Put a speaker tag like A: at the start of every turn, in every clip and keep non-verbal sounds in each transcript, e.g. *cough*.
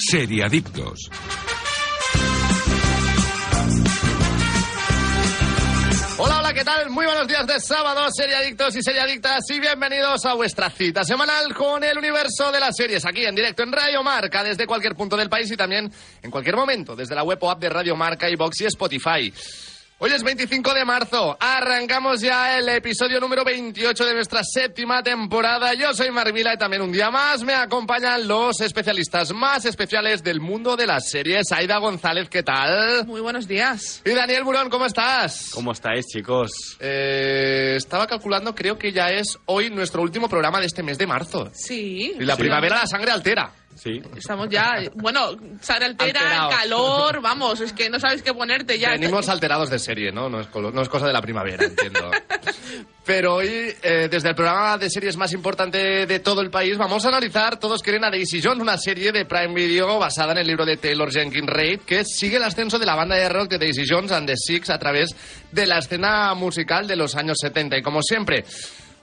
A: Seriadictos.
B: Hola, hola, ¿qué tal? Muy buenos días de sábado, seriadictos y seriadictas, y bienvenidos a vuestra cita semanal con el universo de las series, aquí en directo en Radio Marca, desde cualquier punto del país y también en cualquier momento, desde la web o app de Radio Marca, iBox y Spotify. Hoy es 25 de marzo, arrancamos ya el episodio número 28 de nuestra séptima temporada. Yo soy Marvila y también un día más me acompañan los especialistas más especiales del mundo de las series. Aida González, ¿qué tal?
C: Muy buenos días.
B: Y Daniel Burón, ¿cómo estás?
D: ¿Cómo estáis, chicos?
B: Eh, estaba calculando, creo que ya es hoy nuestro último programa de este mes de marzo.
C: Sí.
B: Y la
C: Sí.
B: primavera la sangre altera.
D: Sí.
C: Estamos ya, bueno, Sara altera,
B: Alteraos.
C: calor, vamos, es que no sabes qué ponerte ya.
B: Venimos alterados de serie, ¿no? No es, colo- no es cosa de la primavera,
C: *laughs*
B: entiendo. Pero hoy, eh, desde el programa de series más importante de todo el país, vamos a analizar Todos quieren a Daisy Jones, una serie de Prime Video basada en el libro de Taylor Jenkins Reid, que sigue el ascenso de la banda de rock de Daisy Jones and the Six a través de la escena musical de los años 70. Y como siempre,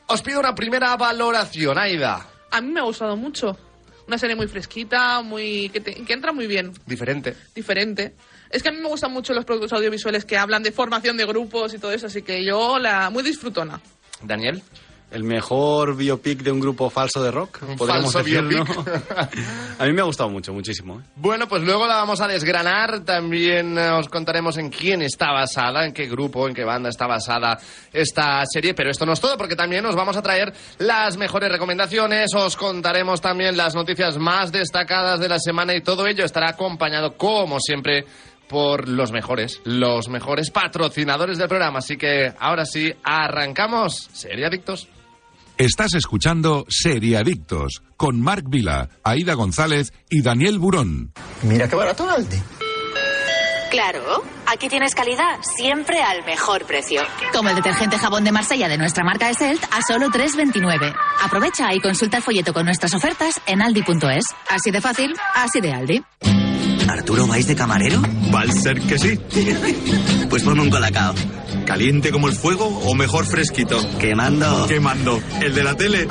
B: os pido una primera valoración, Aida.
C: A mí me ha gustado mucho. Una serie muy fresquita, muy que, te- que entra muy bien,
B: Diferente.
C: diferente. Es que a mí me gustan mucho los productos audiovisuales que hablan de formación de grupos y todo eso, así que yo la muy disfrutona.
B: Daniel.
D: El mejor biopic de un grupo falso de rock,
B: Un
D: podríamos
B: falso
D: decirlo. *laughs*
B: biopic.
D: A mí me ha gustado mucho, muchísimo. ¿eh?
B: Bueno, pues luego la vamos a desgranar. También eh, os contaremos en quién está basada, en qué grupo, en qué banda está basada esta serie. Pero esto no es todo, porque también os vamos a traer las mejores recomendaciones. Os contaremos también las noticias más destacadas de la semana y todo ello estará acompañado, como siempre, por los mejores, los mejores patrocinadores del programa. Así que ahora sí, arrancamos. Serie Adictos.
A: Estás escuchando Seriadictos con Marc Vila, Aida González y Daniel Burón.
E: Mira qué barato Aldi.
F: Claro, aquí tienes calidad, siempre al mejor precio.
G: Como el detergente jabón de Marsella de nuestra marca Eselt a solo 3,29. Aprovecha y consulta el folleto con nuestras ofertas en aldi.es. Así de fácil, así de Aldi.
E: ¿Arturo vais de camarero?
H: Va a ser que sí.
E: *laughs* Pues ponme un colacao.
H: Caliente como el fuego o mejor fresquito.
E: Quemando.
H: ¿Qué mando? ¿El de la tele?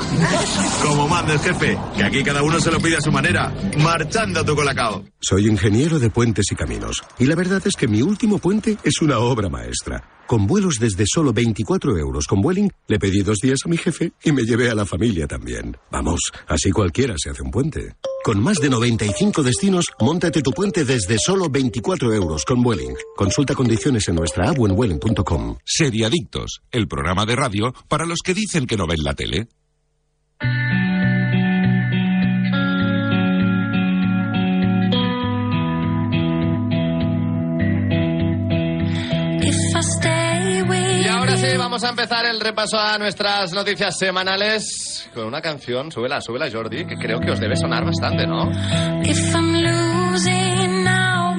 H: Como manda el jefe, que aquí cada uno se lo pide a su manera. Marchando tu colacao.
I: Soy ingeniero de puentes y caminos, y la verdad es que mi último puente es una obra maestra. Con vuelos desde solo 24 euros con Vueling, le pedí dos días a mi jefe y me llevé a la familia también. Vamos, así cualquiera se hace un puente. Con más de 95 destinos, montate tu puente desde solo 24 euros con Vueling. Consulta condiciones en nuestra app o en vueling.com.
A: Seriadictos, el programa de radio para los que dicen que no ven la tele.
B: Y ahora sí, vamos a empezar el repaso a nuestras noticias semanales con una canción, súbela, súbela Jordi, que creo que os debe sonar bastante, ¿no?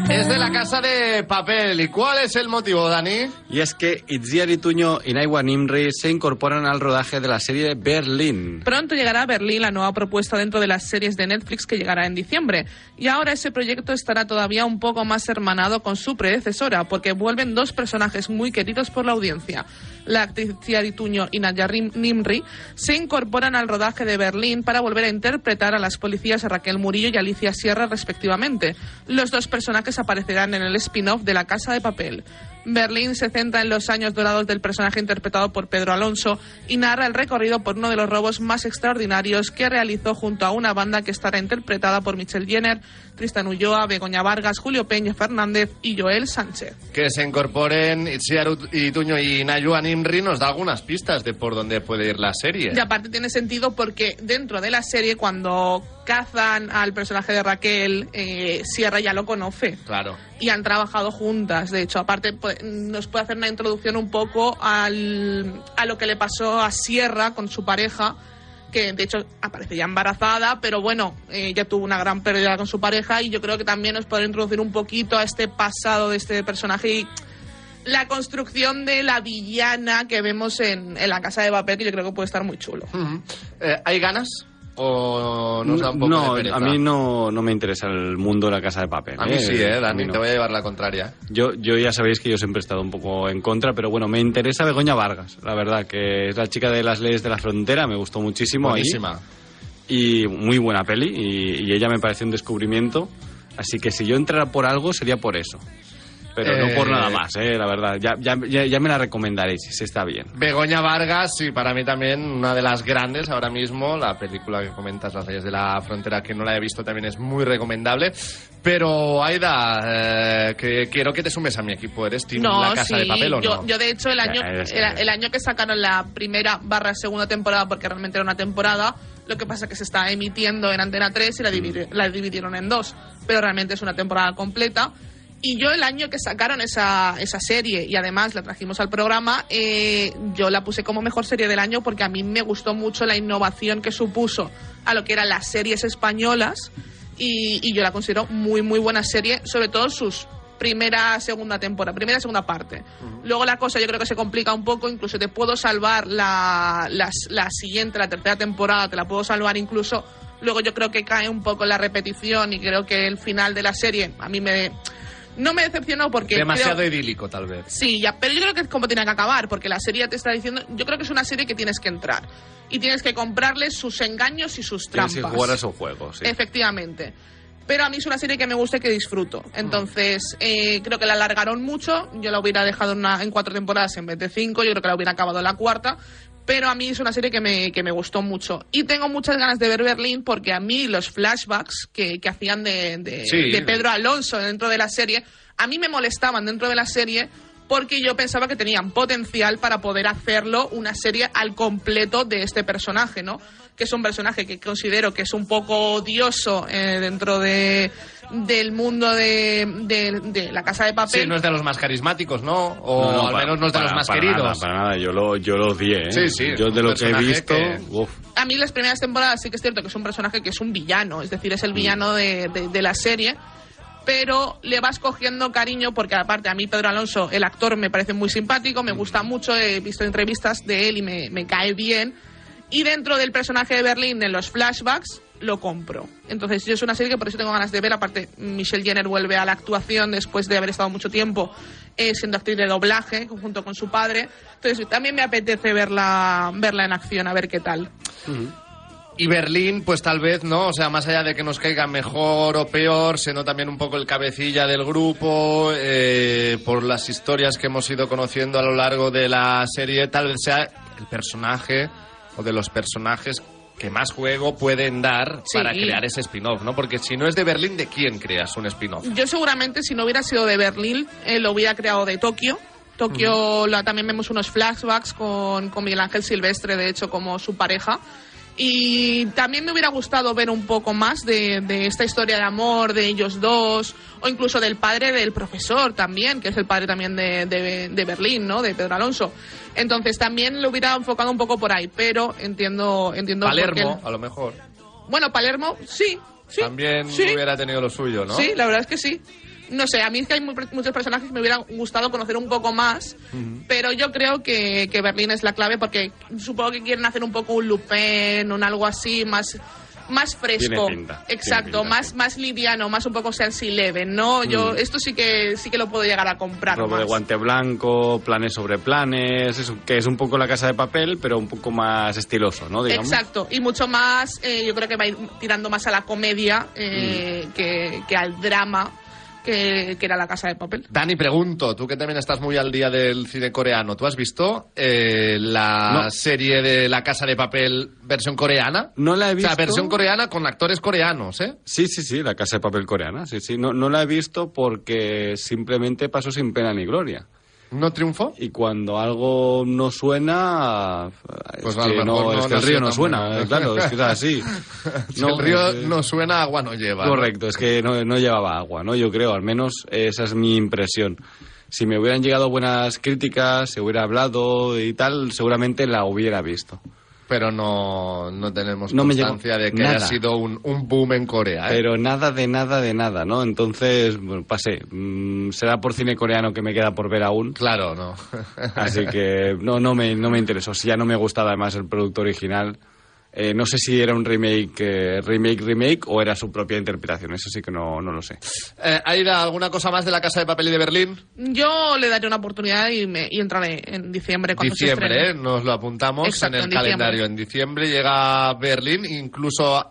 B: Es de la casa de papel. ¿Y cuál es el motivo, Dani?
D: Y es que Itziar Ituño y Naiwa Nimri se incorporan al rodaje de la serie Berlín.
C: Pronto llegará a Berlín la nueva propuesta dentro de las series de Netflix que llegará en diciembre. Y ahora ese proyecto estará todavía un poco más hermanado con su predecesora, porque vuelven dos personajes muy queridos por la audiencia. La actriz Tiari Tuño y Nayarim Nimri se incorporan al rodaje de Berlín para volver a interpretar a las policías Raquel Murillo y Alicia Sierra respectivamente. Los dos personajes aparecerán en el spin-off de La Casa de Papel. Berlín se centra en los años dorados del personaje interpretado por Pedro Alonso y narra el recorrido por uno de los robos más extraordinarios que realizó junto a una banda que estará interpretada por Michelle Jenner, Tristan Ulloa, Begoña Vargas, Julio Peña Fernández y Joel Sánchez.
B: Que se incorporen Itziar Ut- Ituño y Nayua Nimri nos da algunas pistas de por dónde puede ir la serie.
C: Y aparte tiene sentido porque dentro de la serie cuando cazan al personaje de Raquel, eh, Sierra ya lo conoce.
B: Claro.
C: y han trabajado juntas. De hecho, aparte pues, nos puede hacer una introducción un poco al, a lo que le pasó a Sierra con su pareja, que de hecho aparece ya embarazada, pero bueno, eh, ya tuvo una gran pérdida con su pareja y yo creo que también nos podrá introducir un poquito a este pasado de este personaje y la construcción de la villana que vemos en, en la casa de papel, que yo creo que puede estar muy chulo.
B: Ujú. Eh, ¿Hay ganas? ¿O Pues nos da un poco de pereza?
D: a mí no, no me interesa el mundo de la casa de papel.
B: A mí sí, ¿eh,
D: A mí
B: Dani?
D: no.
B: Te voy a llevar la contraria.
D: Yo, yo ya sabéis que yo siempre he estado un poco en contra, pero bueno, me interesa Begoña Vargas, la verdad, que es la chica de las leyes de la frontera, me gustó muchísimo ahí.
B: Buenísima.
D: y muy buena peli y, y ella me parece un descubrimiento Así que si yo entrara por algo, sería por eso. Pero no por
B: Eh,
D: nada más, eh, la verdad. Ya, ya, ya, ya me la recomendaréis, si está bien.
B: Begoña Vargas, y para mí también una de las grandes ahora mismo. La película que comentas, Las leyes de la frontera, que no la he visto, también es muy recomendable. Pero, Aida, eh, que quiero que te sumes a mi equipo. ¿Eres Team La Casa
C: sí,
B: de Papel o
C: yo,
B: no?
C: yo, de hecho el año,
D: Eh, es que-
C: el, el año que sacaron la primera barra segunda temporada, porque realmente era una temporada, lo que pasa es que se está emitiendo en Antena 3
B: Mm.
C: y la, dividi- la dividieron en dos, pero realmente es una temporada completa. Y yo el año que sacaron esa, esa serie y además la trajimos al programa, eh, yo la puse como mejor serie del año porque a mí me gustó mucho la innovación que supuso a lo que eran las series españolas y, y yo la considero muy muy buena serie, sobre todo sus primera segunda temporada, primera segunda parte. Luego la cosa yo creo que se complica un poco, incluso te puedo salvar la, la, la siguiente, la tercera temporada, te la puedo salvar incluso. Luego yo creo que cae un poco la repetición y creo que el final de la serie a mí me no me decepcionó porque creo-
B: Demasiado idílico, tal vez.
C: Sí, ya, pero yo creo que es como tiene que acabar, porque la serie te está diciendo, yo creo que es una serie que tienes que entrar y tienes que comprarle sus engaños y sus
D: Tienes
C: trampas.
D: que jugar a su juego, sí.
B: Eh,
C: Efectivamente. Pero a mí es una serie que me gusta y que disfruto. Entonces, eh, creo que la alargaron mucho. Yo la hubiera dejado en, una- en cuatro temporadas en vez de cinco. Yo creo que la hubiera acabado en la cuarta. Pero a mí es una serie que me, que me gustó mucho. Y tengo muchas ganas de ver Berlín porque a mí los flashbacks que, que hacían de, de-
B: Sí.
C: de Pedro Alonso dentro de la serie, a mí me molestaban dentro de la serie porque yo pensaba que tenían potencial para poder hacerlo una serie al completo de este personaje, ¿no? Que es un personaje que considero que es un poco odioso eh, dentro de, del mundo de, de- de la casa de papel.
B: Sí, no es de los más carismáticos, ¿no? O
D: No, no,
B: al
D: para-
B: menos no es de
D: para-
B: los más
D: para
B: queridos.
D: Nada, para nada, yo lo, yo lo odié, ¿eh?
B: Sí, sí,
D: Yo de
B: un
D: lo que he
B: personaje
D: visto...
B: que-
D: uf.
C: a mí las primeras temporadas sí que es cierto que es un personaje que es un villano, es decir, es el villano de, de- de la serie, pero le vas cogiendo cariño porque aparte a mí Pedro Alonso, el actor, me parece muy simpático, me gusta mucho, he visto entrevistas de él y me, me cae bien. Y dentro del personaje de Berlín, en los flashbacks, lo compro. Entonces, yo es una serie que por eso tengo ganas de ver. Aparte, Michelle Jenner vuelve a la actuación después de haber estado mucho tiempo eh, siendo actriz de doblaje junto con su padre. Entonces, también me apetece verla, verla en acción, a ver qué tal.
B: Y Berlín, pues tal vez, ¿no? O sea, más allá de que nos caiga mejor o peor, siendo también un poco el cabecilla del grupo, eh, por las historias que hemos ido conociendo a lo largo de la serie, tal vez sea el personaje o de los personajes que más juego pueden dar
C: Sí.
B: para crear ese spin-off, ¿no? Porque si no es de Berlín, ¿de quién creas un spin-off?
C: Yo seguramente si no hubiera sido de Berlín, eh, lo hubiera creado de Tokio. Tokio la- también vemos unos flashbacks con, con Miguel Ángel Silvestre, de hecho, como su pareja. Y también me hubiera gustado ver un poco más de, de esta historia de amor de ellos dos, o incluso del padre del profesor también, que es el padre también de, de- de Berlín, ¿no? De Pedro Alonso. Entonces también lo hubiera enfocado un poco por ahí, pero entiendo, entiendo por qué
B: Palermo, a lo mejor.
C: el- Bueno, Palermo, sí. sí
B: También
C: sí.
B: hubiera tenido lo suyo, ¿no?
C: Sí, la verdad es que sí. No sé, a mí es que hay muy- muchos personajes que me hubieran gustado conocer un poco más, pero yo creo que, que Berlín es la clave porque supongo que quieren hacer un poco un Lupin, un algo así más más fresco.
D: Tiene pinta, tiene
C: Exacto,
D: pinta,
C: más
D: sí.
C: más liviano, más un poco sensi leve, ¿no? Yo esto sí que sí que lo puedo llegar a comprar
D: Robo de
C: más.
D: guante blanco, planes sobre planes, es un- que es un poco la casa de papel, pero un poco más estiloso, ¿no? Digamos.
C: Exacto, y mucho más, eh, yo creo que va a ir tirando más a la comedia eh,
D: Mm.
C: que, que al drama que, que era la casa de papel.
B: Dani, pregunto, tú que también estás muy al día del cine coreano, ¿tú has visto eh, la
D: No.
B: serie de La Casa de Papel versión coreana?
D: No la he
B: O sea,
D: visto.
B: versión coreana con actores coreanos, ¿eh?
D: Sí, sí, sí, la casa de papel coreana, sí, sí. No, no la he visto porque simplemente pasó sin pena ni gloria.
B: ¿No triunfó?
D: Y cuando algo no suena,
B: Pues
D: es,
B: a lo
D: que
B: mejor no-
D: no, es que
B: no ha
D: el río
B: sido
D: no
B: tan
D: suena,
B: bueno.
D: eh, claro, es que
B: *laughs*
D: es así.
B: Si el río
D: eh,
B: no suena, agua no lleva. ¿no?
D: Correcto, es que no, no llevaba agua, ¿no? Yo creo, al menos esa es mi impresión. Si me hubieran llegado buenas críticas, se hubiera hablado y tal, seguramente la hubiera visto.
B: Pero no, no tenemos
D: No me llegó
B: constancia de que
D: nada.
B: haya sido un, un boom en Corea. ¿eh?
D: Pero nada de nada de nada, ¿no? Entonces, bueno, pasé. Mm, será por cine coreano que me queda por ver aún.
B: Claro, no. *laughs*
D: Así que no, no, me, no me interesó. Si ya no me gustaba además el producto original, eh, no sé si era un remake, eh, remake, remake o era su propia interpretación. Eso sí que no, no lo sé.
B: Eh, Aida, ¿alguna cosa más de La Casa de Papel y de Berlín?
C: Yo le daré una oportunidad y, me, y entraré en diciembre cuando se
B: diciembre, ¿eh?
C: estrene.
B: nos lo apuntamos
C: Exacto,
B: en el
C: en diciembre.
B: calendario. En diciembre llega Berlín, incluso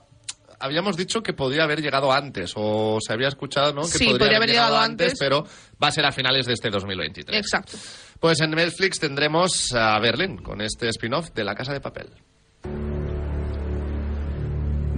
B: habíamos dicho que podría haber llegado antes, o se había escuchado, ¿no? Que
C: Sí, podría haber llegado antes.
B: pero va a ser a finales de este 2023.
C: Exacto.
B: Pues en Netflix tendremos a Berlín con este spin-off de La Casa de Papel.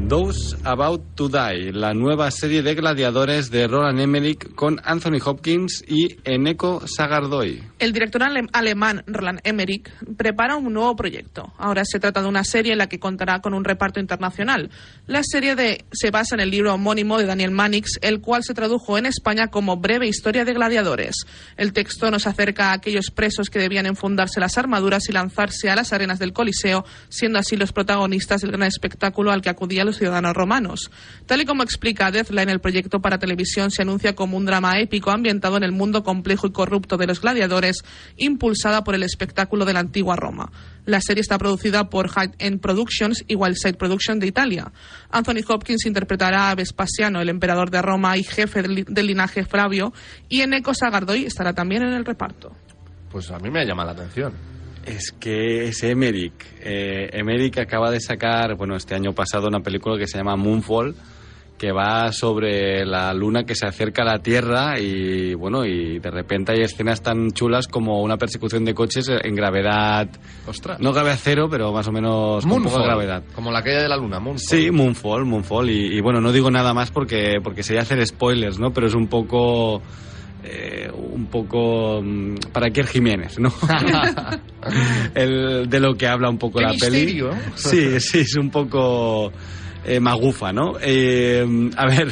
D: Those About to Die, la nueva serie de gladiadores de Roland Emmerich con Anthony Hopkins y Eneko Sagardoy.
C: El director ale- alemán Roland Emmerich prepara un nuevo proyecto. Ahora se trata de una serie en la que contará con un reparto internacional. La serie de- se basa en el libro homónimo de Daniel Mannix, el cual se tradujo en España como Breve Historia de Gladiadores. El texto nos acerca a aquellos presos que debían enfundarse las armaduras y lanzarse a las arenas del Coliseo, siendo así los protagonistas del gran espectáculo al que acudían los ciudadanos romanos. Tal y como explica Deadline, el proyecto para televisión se anuncia como un drama épico ambientado en el mundo complejo y corrupto de los gladiadores, impulsada por el espectáculo de la antigua Roma. La serie está producida por High End Productions y Wildside Productions de Italia. Anthony Hopkins interpretará a Vespasiano, el emperador de Roma y jefe del, li- del linaje Flavio, y Eneco Sagardoy estará también en el reparto.
B: Pues a mí me llama la atención.
D: Es que es Emmerich. Eh, Emmerich acaba de sacar, bueno, este año pasado una película que se llama Moonfall, que va sobre la luna que se acerca a la Tierra y, bueno, y de repente hay escenas tan chulas como una persecución de coches en gravedad,
B: Ostras.
D: no gravedad cero, pero más o menos con poco de gravedad.
B: Como la caída de la luna, Moonfall.
D: Sí, Moonfall, Moonfall. Y, y bueno, no digo nada más porque, porque sería hacer spoilers, ¿no? Pero es un poco. eh, un poco. mm, para Kier Jiménez, ¿no? El, de lo que habla un poco
B: Qué
D: la
B: misterio.
D: peli. Sí, sí, es un poco. eh, magufa, ¿no? Eh, a ver.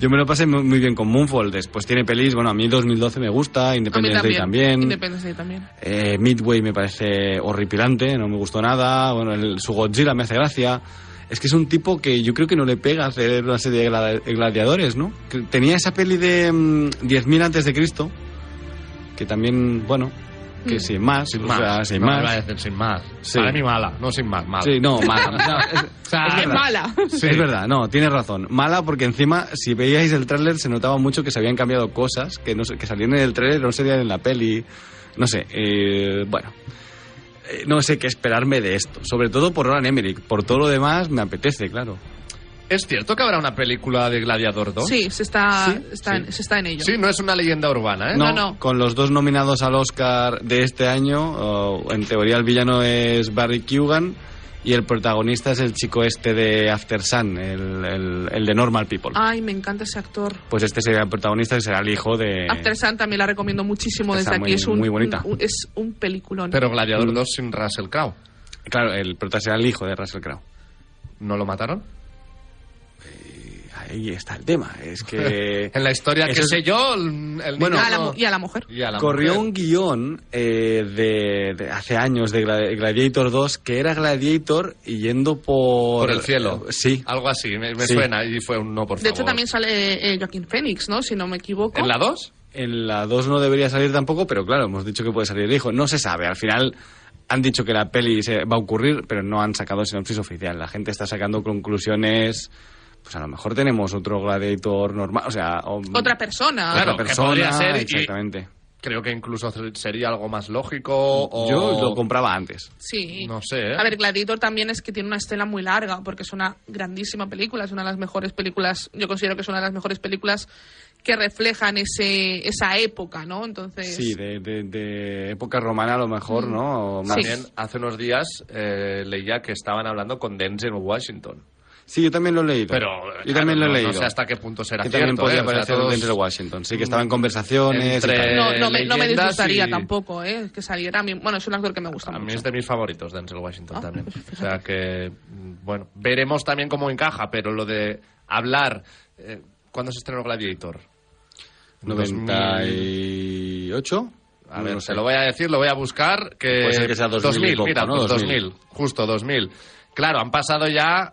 D: Yo me lo pasé mu- muy bien con Moonfall. Después tiene pelis, bueno, a mí 2012 me
C: A
D: gusta,
C: mí
D: Independence Day también.
C: Independence Day también.
D: Eh, Midway me parece horripilante, no me gustó nada. Bueno, el- su Godzilla me hace gracia. Es que es un tipo que yo creo que no le pega hacer una serie de gla- gladiadores, ¿no? Que tenía esa peli de mm, 10.000 antes de Cristo, que también, bueno, que
C: Mm.
D: sin más,
B: Sin
D: o
B: más.
D: sea, sin
B: No,
D: más.
B: iba a decir sin más.
D: Sí.
B: Para mí mala, no sin más, mala. *laughs*
D: Sí, no, mala. No, es-
B: O sea,
D: es
C: Es
D: verdad.
C: mala.
B: Sí.
D: Es verdad, no, tienes razón. Mala porque encima, si veíais el tráiler, se notaba mucho que se habían cambiado cosas que, no, se- que salían en el tráiler, no salían en la peli. No sé, eh, bueno. Eh, No sé qué esperarme de esto. Sobre todo por Roland Emmerich. Por todo lo demás, me apetece, claro.
B: ¿Es cierto que habrá una película de Gladiador 2?
C: Sí, se está,
B: Sí,
C: está
B: sí.
C: En, se está en ello.
B: Sí, no es una leyenda urbana, ¿eh?
C: No, no.
D: Con los dos nominados al Oscar de este año, oh, en teoría el villano es Barry Kugan y el protagonista es el chico este de After Sun, el, el- el de Normal People.
C: Ay, me encanta ese actor.
D: Pues este sería el protagonista y será el hijo de...
C: After Sun también la recomiendo muchísimo
D: Está
C: desde
D: muy-
C: aquí. Es un,
D: muy bonita.
C: un- es un peliculón.
B: Pero Gladiador 2 sin Russell Crowe.
D: Claro, el prota será el hijo de Russell Crowe.
B: ¿No lo mataron?
D: Ahí está el tema. Es que.
B: *laughs* en la historia,
D: eso
B: qué
D: es-
B: sé yo, el, el
D: Bueno,
B: niño-
C: a la mu- y a la mujer.
B: y a la
D: Corrió
B: mujer.
D: un guión eh, de, de hace años de Gla- Gladiator 2 que era Gladiator y yendo por.
B: por el cielo.
D: eh, Sí.
B: Algo así, me, me
D: Sí.
B: suena y fue un no, por
C: De
B: favor.
C: hecho, también sale eh, Joaquín Phoenix, ¿no? Si no me equivoco.
B: ¿En la 2?
D: En la 2 no debería salir tampoco, pero claro, hemos dicho que puede salir el hijo. No se sabe. Al final han dicho que la peli se va a ocurrir, pero no han sacado sinopsis oficial. La gente está sacando conclusiones. Pues a lo mejor tenemos otro Gladiator normal. O sea. o-
C: Otra persona.
D: otra
B: Claro, que podría
D: persona.
B: ser y-
D: exactamente.
B: Creo que incluso sería algo más lógico o...
D: Yo lo compraba antes.
C: Sí.
B: No sé, ¿eh?
C: A ver, Gladiator también es que tiene una estela muy larga, porque es una grandísima película, es una de las mejores películas, yo considero que es una de las mejores películas que reflejan ese, esa época, ¿no? Entonces,
D: Sí, de, de- de época romana a lo mejor, ¿no? O más.
C: Sí.
B: También hace unos días eh, leía que estaban hablando con Denzel Washington.
D: Sí, yo también lo he leído.
B: Pero
D: yo
B: claro,
D: también lo he
B: no-
D: leído.
B: No sé hasta qué punto será
D: Que
B: cierto.
D: también
B: ¿eh?
D: podía
B: O sea,
D: aparecer
B: todos- mm,
D: dentro de Washington. Sí, que estaba en conversaciones. y
B: Entre-
D: tal.
C: no, no me, no me
B: leyendas
C: disgustaría
B: y-
C: tampoco, ¿eh? Que saliera. A mí- Bueno, es un actor que me gusta
B: A mí
C: mucho.
B: es de mis favoritos, Denzel Washington
C: Ah,
B: también.
C: pues
B: O sea que, mm, bueno, veremos también cómo encaja, pero lo de hablar. eh, ¿Cuándo se estrenó Gladiator? 2000.
D: 98.
B: A ver,
D: No
B: se
D: sé.
B: lo voy a decir, lo voy a buscar. Que
D: Puede ser que sea 2000 y poco,
B: mira,
D: ¿no?
B: pues 2000.
D: 2000,
B: justo 2000. Claro, han pasado ya.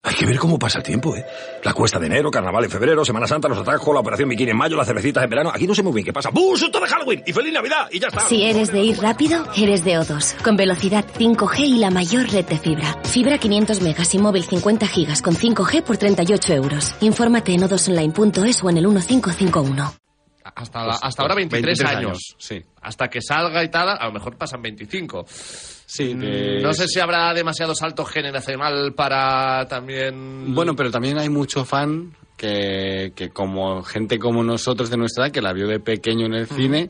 J: Hay que ver cómo pasa el tiempo, ¿eh? La cuesta de enero, carnaval en febrero, Semana Santa, los atajos, la operación bikini en mayo, las cervecitas en verano. Aquí no sé muy bien qué pasa. ¡Buu! ¡Susto de Halloween! ¡Y feliz Navidad! ¡Y ya está!
K: Si eres de ir rápido, eres de O2, con velocidad 5G y la mayor red de fibra. Fibra 500 megas y móvil 50 gigas con 5G por 38 euros. Infórmate en odosonline.es o en el 1551.
B: Hasta,
D: Pues
B: la- hasta ahora 23, años.
D: Sí.
B: Hasta que salga y tal, a lo mejor pasan 25.
D: Sí,
B: Mm, No sé si habrá demasiado salto generacional para también...
D: Bueno, pero también hay mucho fan que, que como gente como nosotros de nuestra edad, que la vio de pequeño en el cine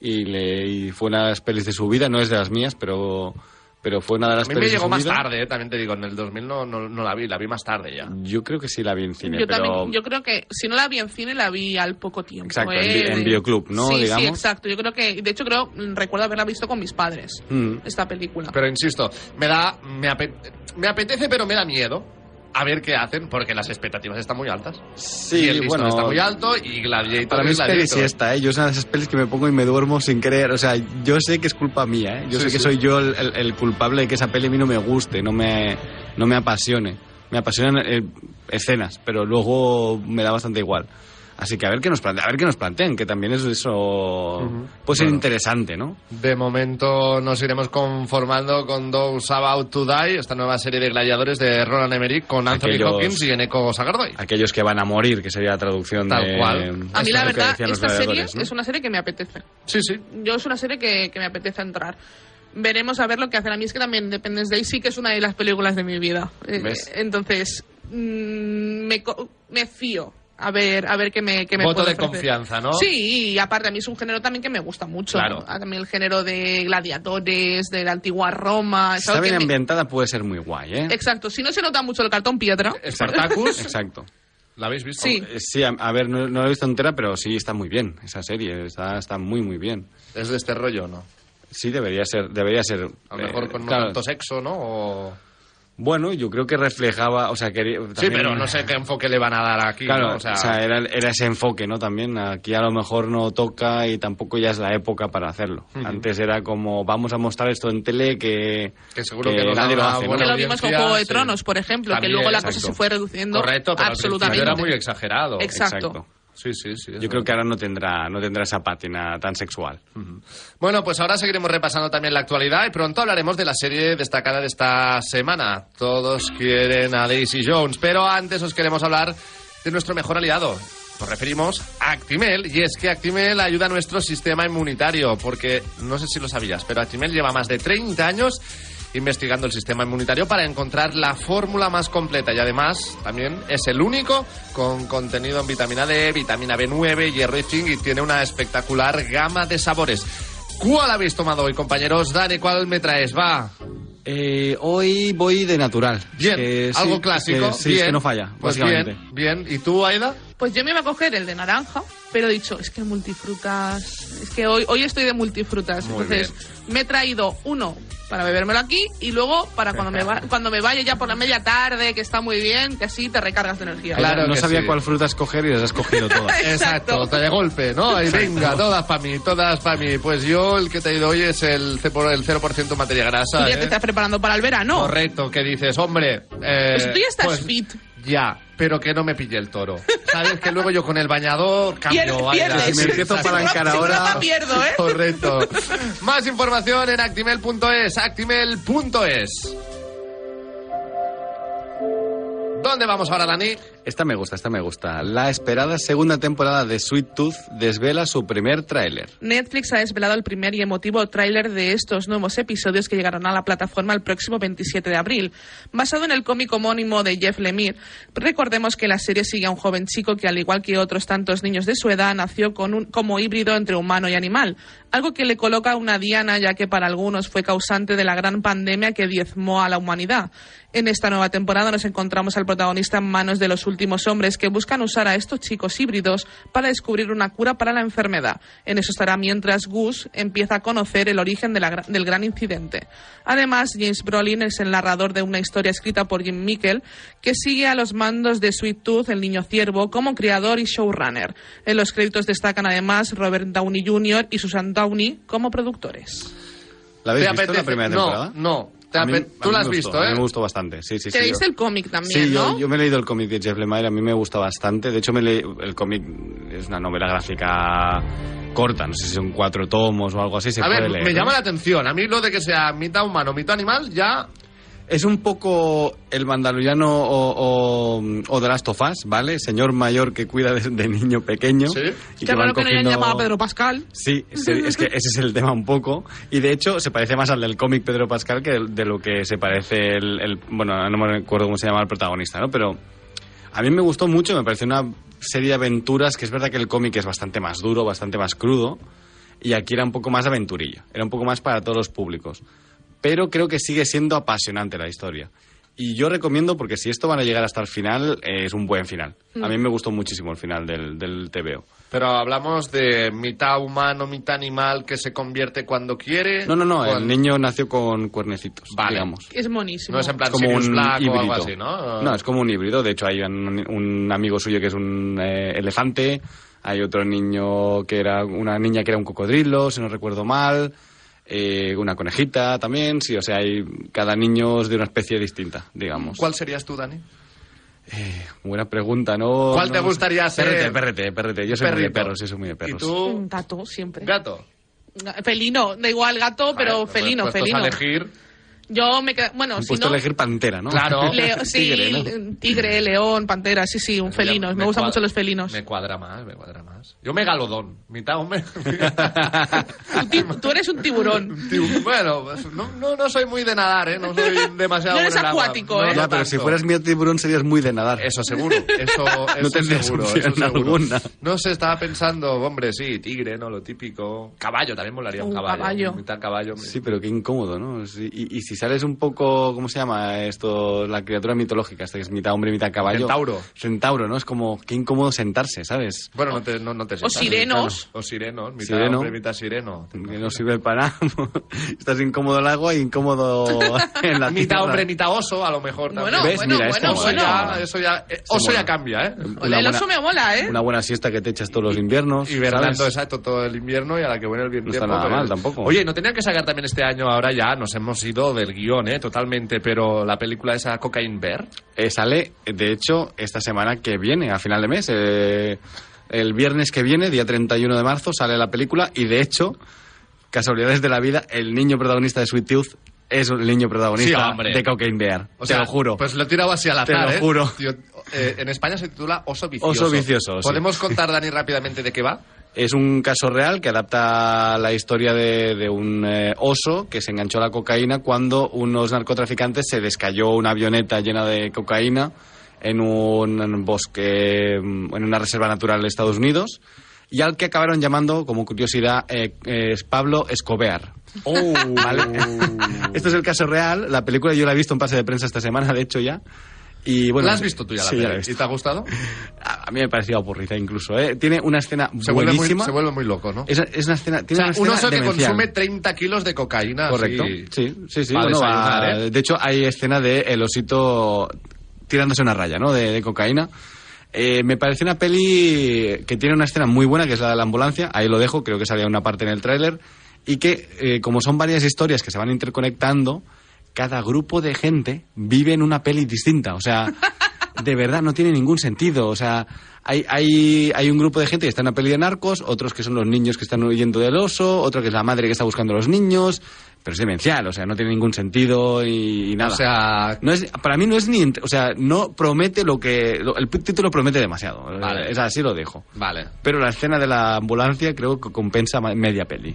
D: y, le, y fue una de las pelis de su vida, no es de las mías, pero, pero fue una de
B: A
D: las
B: mí
D: pelis
B: me
D: de
B: llegó
D: su
B: más
D: vida.
B: tarde, eh, también te digo, en el 2000 no, no, no la vi, la vi más tarde ya.
D: Yo creo que sí la vi en cine,
C: yo
D: pero...
C: también, yo creo que si no la vi en cine, la vi al poco tiempo.
D: Exacto, en
C: ¿eh?
D: vi- en videoclub, ¿no?
C: Sí,
D: Digamos.
C: sí, exacto. Yo creo que, de hecho, creo, mm, recuerdo haberla visto con mis padres,
D: Mm.
C: esta película.
B: Pero insisto, me da. Me, ape- me apetece, pero me da miedo a ver qué hacen, porque las expectativas están muy altas.
D: Sí,
B: y el listón
D: bueno,
B: está muy alto y Gladiator
D: Para mí
B: es
D: es peli
B: Gladiator.
D: siesta, ¿eh? Yo es una de esas pelis que me pongo y me duermo sin creer. O sea, yo sé que es culpa mía, ¿eh? Yo
B: Sí,
D: sé
B: sí.
D: que soy yo el, el- el culpable de que esa peli a mí no me guste, no me, no me apasione. Me apasionan eh, escenas, pero luego me da bastante igual. Así que a ver qué nos plantean, a ver qué nos plantean, que también eso, eso puede ser interesante, ¿no?
B: De momento nos iremos conformando con Those About to Die, esta nueva serie de gladiadores de Roland Emmerich con Anthony
D: Aquellos-
B: Hopkins y Eneco Sagardoy.
D: Aquellos que van a morir, que sería la traducción
B: Tal
D: de...
B: cual.
C: A mí, la
D: lo que
C: verdad,
D: decían los
C: esta serie
D: gladiadores, ¿no?
C: es una serie que me apetece.
B: Sí, sí.
C: Yo es una serie que, que me apetece entrar. Veremos a ver lo que hacen. A mí es que también Independence Day sí que es una de las películas de mi vida. Eh,
B: ¿Ves?
C: Entonces, mm, me, co- me fío. A ver, a ver qué me, qué me
B: Voto
C: puede
B: de
C: ofrecer.
B: confianza, ¿no?
C: Sí, y aparte a mí es un género también que me gusta mucho.
D: Claro.
C: A mí el género de gladiadores, de la antigua Roma. es
D: Está
C: algo
D: bien
C: que me-
D: ambientada, puede ser muy guay, ¿eh?
C: Exacto. Si no se nota mucho el cartón piedra.
B: Spartacus.
D: *laughs* Exacto.
B: ¿La habéis visto?
C: Sí.
D: Eh, Sí, a, a ver, no, no la he visto entera, pero sí está muy bien esa serie, está, está muy muy bien.
B: ¿Es de este rollo o no?
D: Sí, debería ser, debería ser.
B: A lo mejor
D: eh,
B: con no
D: claro.
B: tanto sexo, ¿no? O-
D: Bueno, yo creo que reflejaba, o sea, quería.
B: Sí,
D: también-
B: pero no sé qué enfoque le van a dar aquí.
D: Claro,
B: ¿no?
D: o sea, era, era ese enfoque, ¿no? También aquí a lo mejor no toca y tampoco ya es la época para hacerlo.
B: Ujú.
D: Antes era como vamos a mostrar esto en tele que
B: Que seguro que nos da
D: nadie lo
B: una
D: hace. ¿no?
B: buena
C: Que lo vimos con
B: audiencia,
C: Juego de
B: sí.
C: Tronos, por ejemplo,
B: También,
C: que luego la
B: exacto.
C: cosa se fue reduciendo
B: Correcto, pero al
C: absolutamente.
B: principio era muy exagerado.
C: Exacto.
B: Sí, sí, sí. es
D: Yo creo que ahora no tendrá no tendrá esa pátina tan sexual.
B: Bueno, pues ahora seguiremos repasando también la actualidad y pronto hablaremos de la serie destacada de esta semana. Todos quieren a Daisy Jones, pero antes os queremos hablar de nuestro mejor aliado. Nos referimos a Actimel y es que Actimel ayuda a nuestro sistema inmunitario porque no sé si lo sabías, pero Actimel lleva más de 30 años investigando el sistema inmunitario para encontrar la fórmula más completa y además también es el único con contenido en vitamina D, vitamina B9, hierro y zinc y tiene una espectacular gama de sabores. ¿Cuál habéis tomado hoy, compañeros? Dani, ¿cuál me traes? Va.
D: Eh, hoy voy de natural.
B: Bien,
D: Que sí,
B: algo
D: que-
B: clásico.
D: sí,
B: bien.
D: es que no falla,
B: Pues
D: básicamente.
B: bien, bien. ¿Y tú, Aida?
C: Pues yo me iba a coger el de naranja, pero he dicho, es que multifrutas, es que hoy, hoy estoy de multifrutas.
B: Muy
C: Entonces, me he traído uno para bebérmelo aquí y luego para cuando me, va- cuando me vaya ya por la media tarde, que está muy bien, que así te recargas de energía.
B: Claro
D: no
B: que
D: sabía
B: sí.
D: cuál fruta escoger y las has
B: *laughs*
D: cogido todas.
B: Exacto, te de golpe, ¿no? Ahí, venga, todas para mí, todas para mí. Pues yo el que te he ido hoy es el, cepo- el 0% materia
C: Tú
B: grasa.
C: ya
B: ¿eh?
C: te estás preparando para el verano.
B: Correcto, que dices, hombre. eh,
C: Pues tú ya estás
B: pues
C: fit.
B: Ya, pero que no me pille el toro. Sabes que luego yo con el bañador cambio.
C: Pier-
B: Aida.
C: *laughs* pierdes.
D: Si me empiezo a palancar
C: Si
D: ahora-
C: no, pierdo,
D: *laughs*
C: ¿eh?
B: Correcto. Más información en actimel.es, actimel.es. ¿Dónde vamos ahora, Dani?
D: Esta me gusta, esta me gusta. La esperada segunda temporada de Sweet Tooth desvela su primer tráiler.
C: Netflix ha desvelado el primer y emotivo tráiler de estos nuevos episodios que llegarán a la plataforma el próximo 27 de abril, basado en el cómic homónimo de Jeff Lemire. Recordemos que la serie sigue a un joven chico que, al igual que otros tantos niños de su edad, nació con un- como híbrido entre humano y animal, algo que le coloca una diana ya que para algunos fue causante de la gran pandemia que diezmó a la humanidad. En esta nueva temporada nos encontramos al protagonista en manos de los últimos hombres que buscan usar a estos chicos híbridos para descubrir una cura para la enfermedad. En eso estará mientras Gus empieza a conocer el origen de la gra- del gran incidente. Además, James Brolin es el narrador de una historia escrita por Jim Mickle que sigue a los mandos de Sweet Tooth, el niño ciervo, como creador y showrunner. En los créditos destacan además Robert Downey Jr. y Susan Downey como productores.
D: ¿La habéis
B: ¿Te
D: visto la
B: apetece?
D: primera
B: no,
D: temporada?
B: no. Te
D: A mí-
B: ape-
D: a
B: tú
D: mí
B: la has
D: me
B: visto,
D: gustó, A
B: ¿eh?
D: mí me gustó bastante, sí, sí, sí.
C: Te leíste
D: yo-
C: el cómic también,
D: Sí,
C: ¿no?
D: yo, yo me he leído el cómic de Jeff Lemire, a mí me gusta bastante. De hecho, me leí, el cómic es una novela gráfica corta, no sé si son cuatro tomos o algo así. Se
B: a
D: puede
B: ver,
D: leer,
B: me
D: ¿no?
B: llama la atención. A mí lo de que sea mitad humano, mitad animal, ya.
D: Es un poco el mandaloriano o, o, o The Last of Us, ¿vale? Señor mayor que cuida de, de niño pequeño. Sí.
C: Qué raro que no hayan llamado a Pedro Pascal.
D: Sí, sí, es que ese es el tema un poco. Y de hecho, se parece más al del cómic Pedro Pascal que del- de lo que se parece el, el- Bueno, no me acuerdo cómo se llama el protagonista, ¿no? Pero a mí me gustó mucho, me pareció una serie de aventuras que es verdad que el cómic es bastante más duro, bastante más crudo. Y aquí era un poco más aventurilla, era un poco más para todos los públicos. Pero creo que sigue siendo apasionante la historia. Y yo recomiendo, porque si esto van a llegar hasta el final, eh, es un buen final. A
B: Mm.
D: mí me gustó muchísimo el final del, del TVO.
B: Pero hablamos de mitad humano, mitad animal que se convierte cuando quiere.
D: No, no, no,
B: cuando-
D: el niño nació con cuernecitos, digamos.
C: Es monísimo.
B: No es en plan
D: Es como
B: Sirius
D: un
B: Black
D: híbrido.
B: o algo así, ¿no?
D: No, es como un híbrido. De hecho, hay un, un amigo suyo que es un eh, elefante, hay otro niño que era una niña que era un cocodrilo, si no recuerdo mal, eh, una conejita también, sí, o sea, hay cada niño es de una especie distinta, digamos.
B: ¿Cuál serías tú, Dani?
D: Buena pregunta, ¿no?
B: ¿Cuál
D: no
B: te
D: lo sé.
B: gustaría ser?
D: Perrete, perrete, perrete. Yo soy muy de
B: Perrito.
D: perros, yo soy muy de perros.
C: Un gato, siempre.
B: ¿Gato?
C: Felino, da igual gato, pero
D: pues,
C: felino,
D: puestos
C: felino.
D: a elegir.
C: Yo me quedo, bueno,
D: Me han
C: si
D: puesto
C: no...
D: a elegir pantera, ¿no? *laughs*
C: Leo- sí,
D: Tigre, ¿no?
C: tigre, león, pantera, sí, sí, un felino. Me, gustan
B: cuadra-
C: mucho los felinos.
B: Me cuadra más, me cuadra más. Yo megalodón, mitad
C: *laughs*
B: hombre.
C: Tú eres un tiburón.
B: Tibu- bueno, pues, no, no, no soy muy de nadar, ¿eh? No soy demasiado
C: No
B: bueno
C: eres
B: en el agua.
C: acuático,
B: No,
C: ¿eh?
B: no
D: Ya, pero
B: tanto.
D: si fueras mi tiburón serías muy de nadar.
B: Eso seguro. Eso,
D: *laughs* no
B: eso
D: tendrías
B: seguro, eso
D: opción
B: seguro.
D: alguna.
B: No sé, estaba pensando, hombre, sí, tigre, ¿no? Lo típico. Caballo, también molaría un
D: Un
B: caballo.
D: caballo.
B: Mitad caballo.
D: Sí, pero qué incómodo, ¿no? Sí, Y, y si sales un poco, ¿cómo se llama esto? La criatura mitológica, esta que es mitad hombre, mitad caballo.
B: Centauro.
D: Centauro, ¿no? Es como, qué incómodo sentarse, ¿sabes?
B: Bueno, no te, no, no te sientas.
D: sirenos.
B: O sirenos, mitad
D: Sireno.
B: hombre, mitad sireno.
D: Que no sirve para nada. *laughs* Estás incómodo en el agua
B: *laughs*
D: y incómodo en la
B: mitad
D: tierra.
B: hombre, mitad oso, a lo mejor también.
D: Bueno, ¿Ves? bueno, Mira, esto
B: Oso
D: bueno.
B: ya, eso ya, eh,
D: Se
B: oso ya
D: mola.
B: cambia, ¿eh?
D: Una
C: el
D: buena-
C: oso me mola, ¿eh?
D: Una buena siesta que te echas todos los inviernos.
B: Hibernando,
D: ¿sabes?
B: exacto, todo el invierno y a la que viene el bien
D: No está
B: tiempo.
D: nada
B: pero-
D: mal tampoco.
B: Oye, no tenían que sacar también este año, ahora ya nos hemos ido del guión, ¿eh? Totalmente, pero la película esa Cocaine Bear.
D: Eh, sale, de hecho, esta semana que viene, a final de mes. eh, el viernes que viene, día 31 de marzo, sale la película y, de hecho, casualidades de la vida, el niño protagonista de Sweet Tooth es el
B: Sí,
D: niño protagonista
B: hombre.
D: de Cocaine Bear.
B: O
D: te
B: sea,
D: lo juro.
B: Pues lo he tirado así al
D: Te
B: azar,
D: lo
B: ¿eh?
D: juro.
B: Tío, eh, en España se titula Oso Vicioso.
D: Oso Vicioso, sí.
B: ¿Podemos contar, Dani, rápidamente de qué va?
D: Es un caso real que adapta la historia de, de un eh, oso que se enganchó a la cocaína cuando unos narcotraficantes se les cayó una avioneta llena de cocaína en un bosque, mm, en una reserva natural de Estados Unidos, y al que acabaron llamando, como curiosidad, eh, eh, es Pablo Escobar.
B: Oh.
D: ¿Vale? *laughs* Esto es el caso real. La película yo la he visto en pase de prensa esta semana, de hecho ya. Y bueno,
B: ¿La has visto tú ya la
D: sí,
B: peli?
D: la he visto.
B: ¿Y te ha gustado?
D: A, a mí me parecía aburrida incluso. ¿eh? Tiene una escena
B: Se vuelve, muy,
D: buenísima.
B: se vuelve muy loco, ¿no?
D: Es, es una escena.
B: O
D: Tiene
B: sea,
D: una
B: un
D: escena
B: oso que
D: demencial.
B: consume 30 kilos de cocaína.
D: Correcto.
B: así.
D: Sí, sí, sí.
B: Para
D: Bueno, va-
B: desayunar, ¿eh?
D: De hecho, hay escena de el osito tirándose una raya, ¿no? De, de cocaína. Eh, me parece una peli que tiene una escena muy buena, que es la de la ambulancia. Ahí lo dejo, creo que salía una parte en el tráiler. Y que, eh, como son varias historias que se van interconectando, cada grupo de gente vive en una peli distinta. O sea, de verdad no tiene ningún sentido. O sea, hay, hay, hay un grupo de gente que está en una peli de narcos, otros que son los niños que están huyendo del oso, otro que es la madre que está buscando a los niños, pero es demencial, o sea, no tiene ningún sentido y, y nada.
B: O sea,
D: no es, para mí no es ni, int- o sea, no promete lo que, lo- el título promete demasiado. eh,
B: Vale.
D: Es así lo dejo.
B: Vale.
D: Pero la escena de la ambulancia creo que compensa ma- media peli.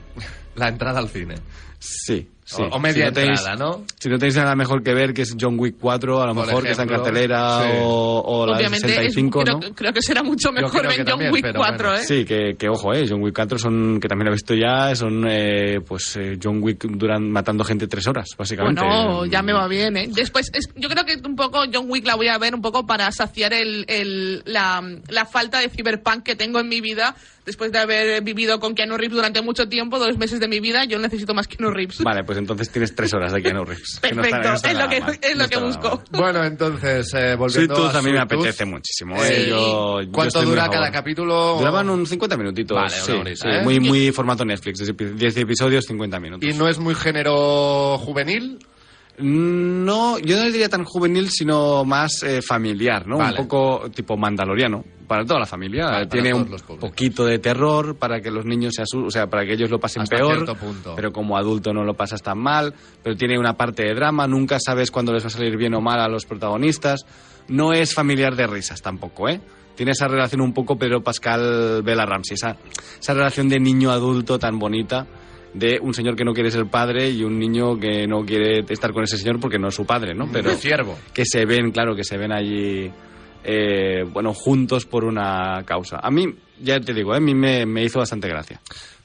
B: La entrada al cine.
D: Sí, sí.
B: O- o media
D: tenéis-
B: entrada, ¿no?
D: Si no tenéis nada mejor que ver, que es John Wick 4, a lo
B: Por
D: mejor, que está en
B: ejemplo.
D: cartelera,
B: Sí.
D: o, o la del
C: Obviamente, es-
D: 65, ¿no?
C: creo, creo que será mucho mejor
B: creo que
C: ver John
B: también,
C: Wick
B: pero
C: 4,
B: bueno.
C: ¿eh?
D: Sí, que, que ojo, eh, John Wick 4 son, que también lo he visto ya, son eh, pues eh, John Wick duran matando gente tres horas, básicamente.
C: Bueno, Pues ya me va bien, ¿eh? Después, es- yo creo que un poco John Wick la voy a ver un poco para saciar el, el- la, la falta de cyberpunk que tengo en mi vida después de haber vivido con Keanu Reeves durante mucho tiempo, dos meses de mi vida, yo necesito más Keanu Reeves.
D: Vale, pues entonces tienes tres horas de Keanu Reeves. que no está-
C: Perfecto,
D: no está
C: es lo
D: nada
C: que,
D: mal,
C: es
D: no
C: lo que
D: está nada mal.
C: busco.
B: Bueno, entonces, eh, volviendo
D: Sweet Tooth
B: a
D: a mí me
B: Sweet Tooth.
D: apetece muchísimo, eh,
B: Sí.
D: yo- yo
B: ¿Cuánto
D: estoy muy
B: dura
D: a favor.
B: cada capítulo?
D: Duraban un 50 minutitos.
B: Vale, una
D: sí,
B: horita,
D: sí,
B: ¿eh?
D: muy, muy formato Netflix, 10 episodios, 50 minutos.
B: ¿Y no es muy género juvenil?
D: No, yo no diría tan juvenil, sino más eh, familiar, ¿no?
B: Vale.
D: Un poco tipo mandaloriano, para toda la familia.
B: Vale, para
D: Tiene
B: todos
D: un
B: los públicos.
D: poquito de terror para que los niños se asusten, o sea, para que ellos lo pasen
B: Hasta
D: peor.
B: cierto punto.
D: Pero como adulto no lo pasas tan mal, pero tiene una parte de drama, nunca sabes cuándo les va a salir bien o mal a los protagonistas. No es familiar de risas tampoco, ¿eh? Tiene esa relación un poco Pedro Pascal Bella Ramsey, esa, esa relación de niño-adulto tan bonita de un señor que no quiere ser padre y un niño que no quiere estar con ese señor porque no es su padre, ¿no? Pero
B: Un ciervo.
D: que se ven, claro, que se ven allí, eh, bueno, juntos por una causa. A mí, ya te digo, eh, a mí me, me hizo bastante gracia.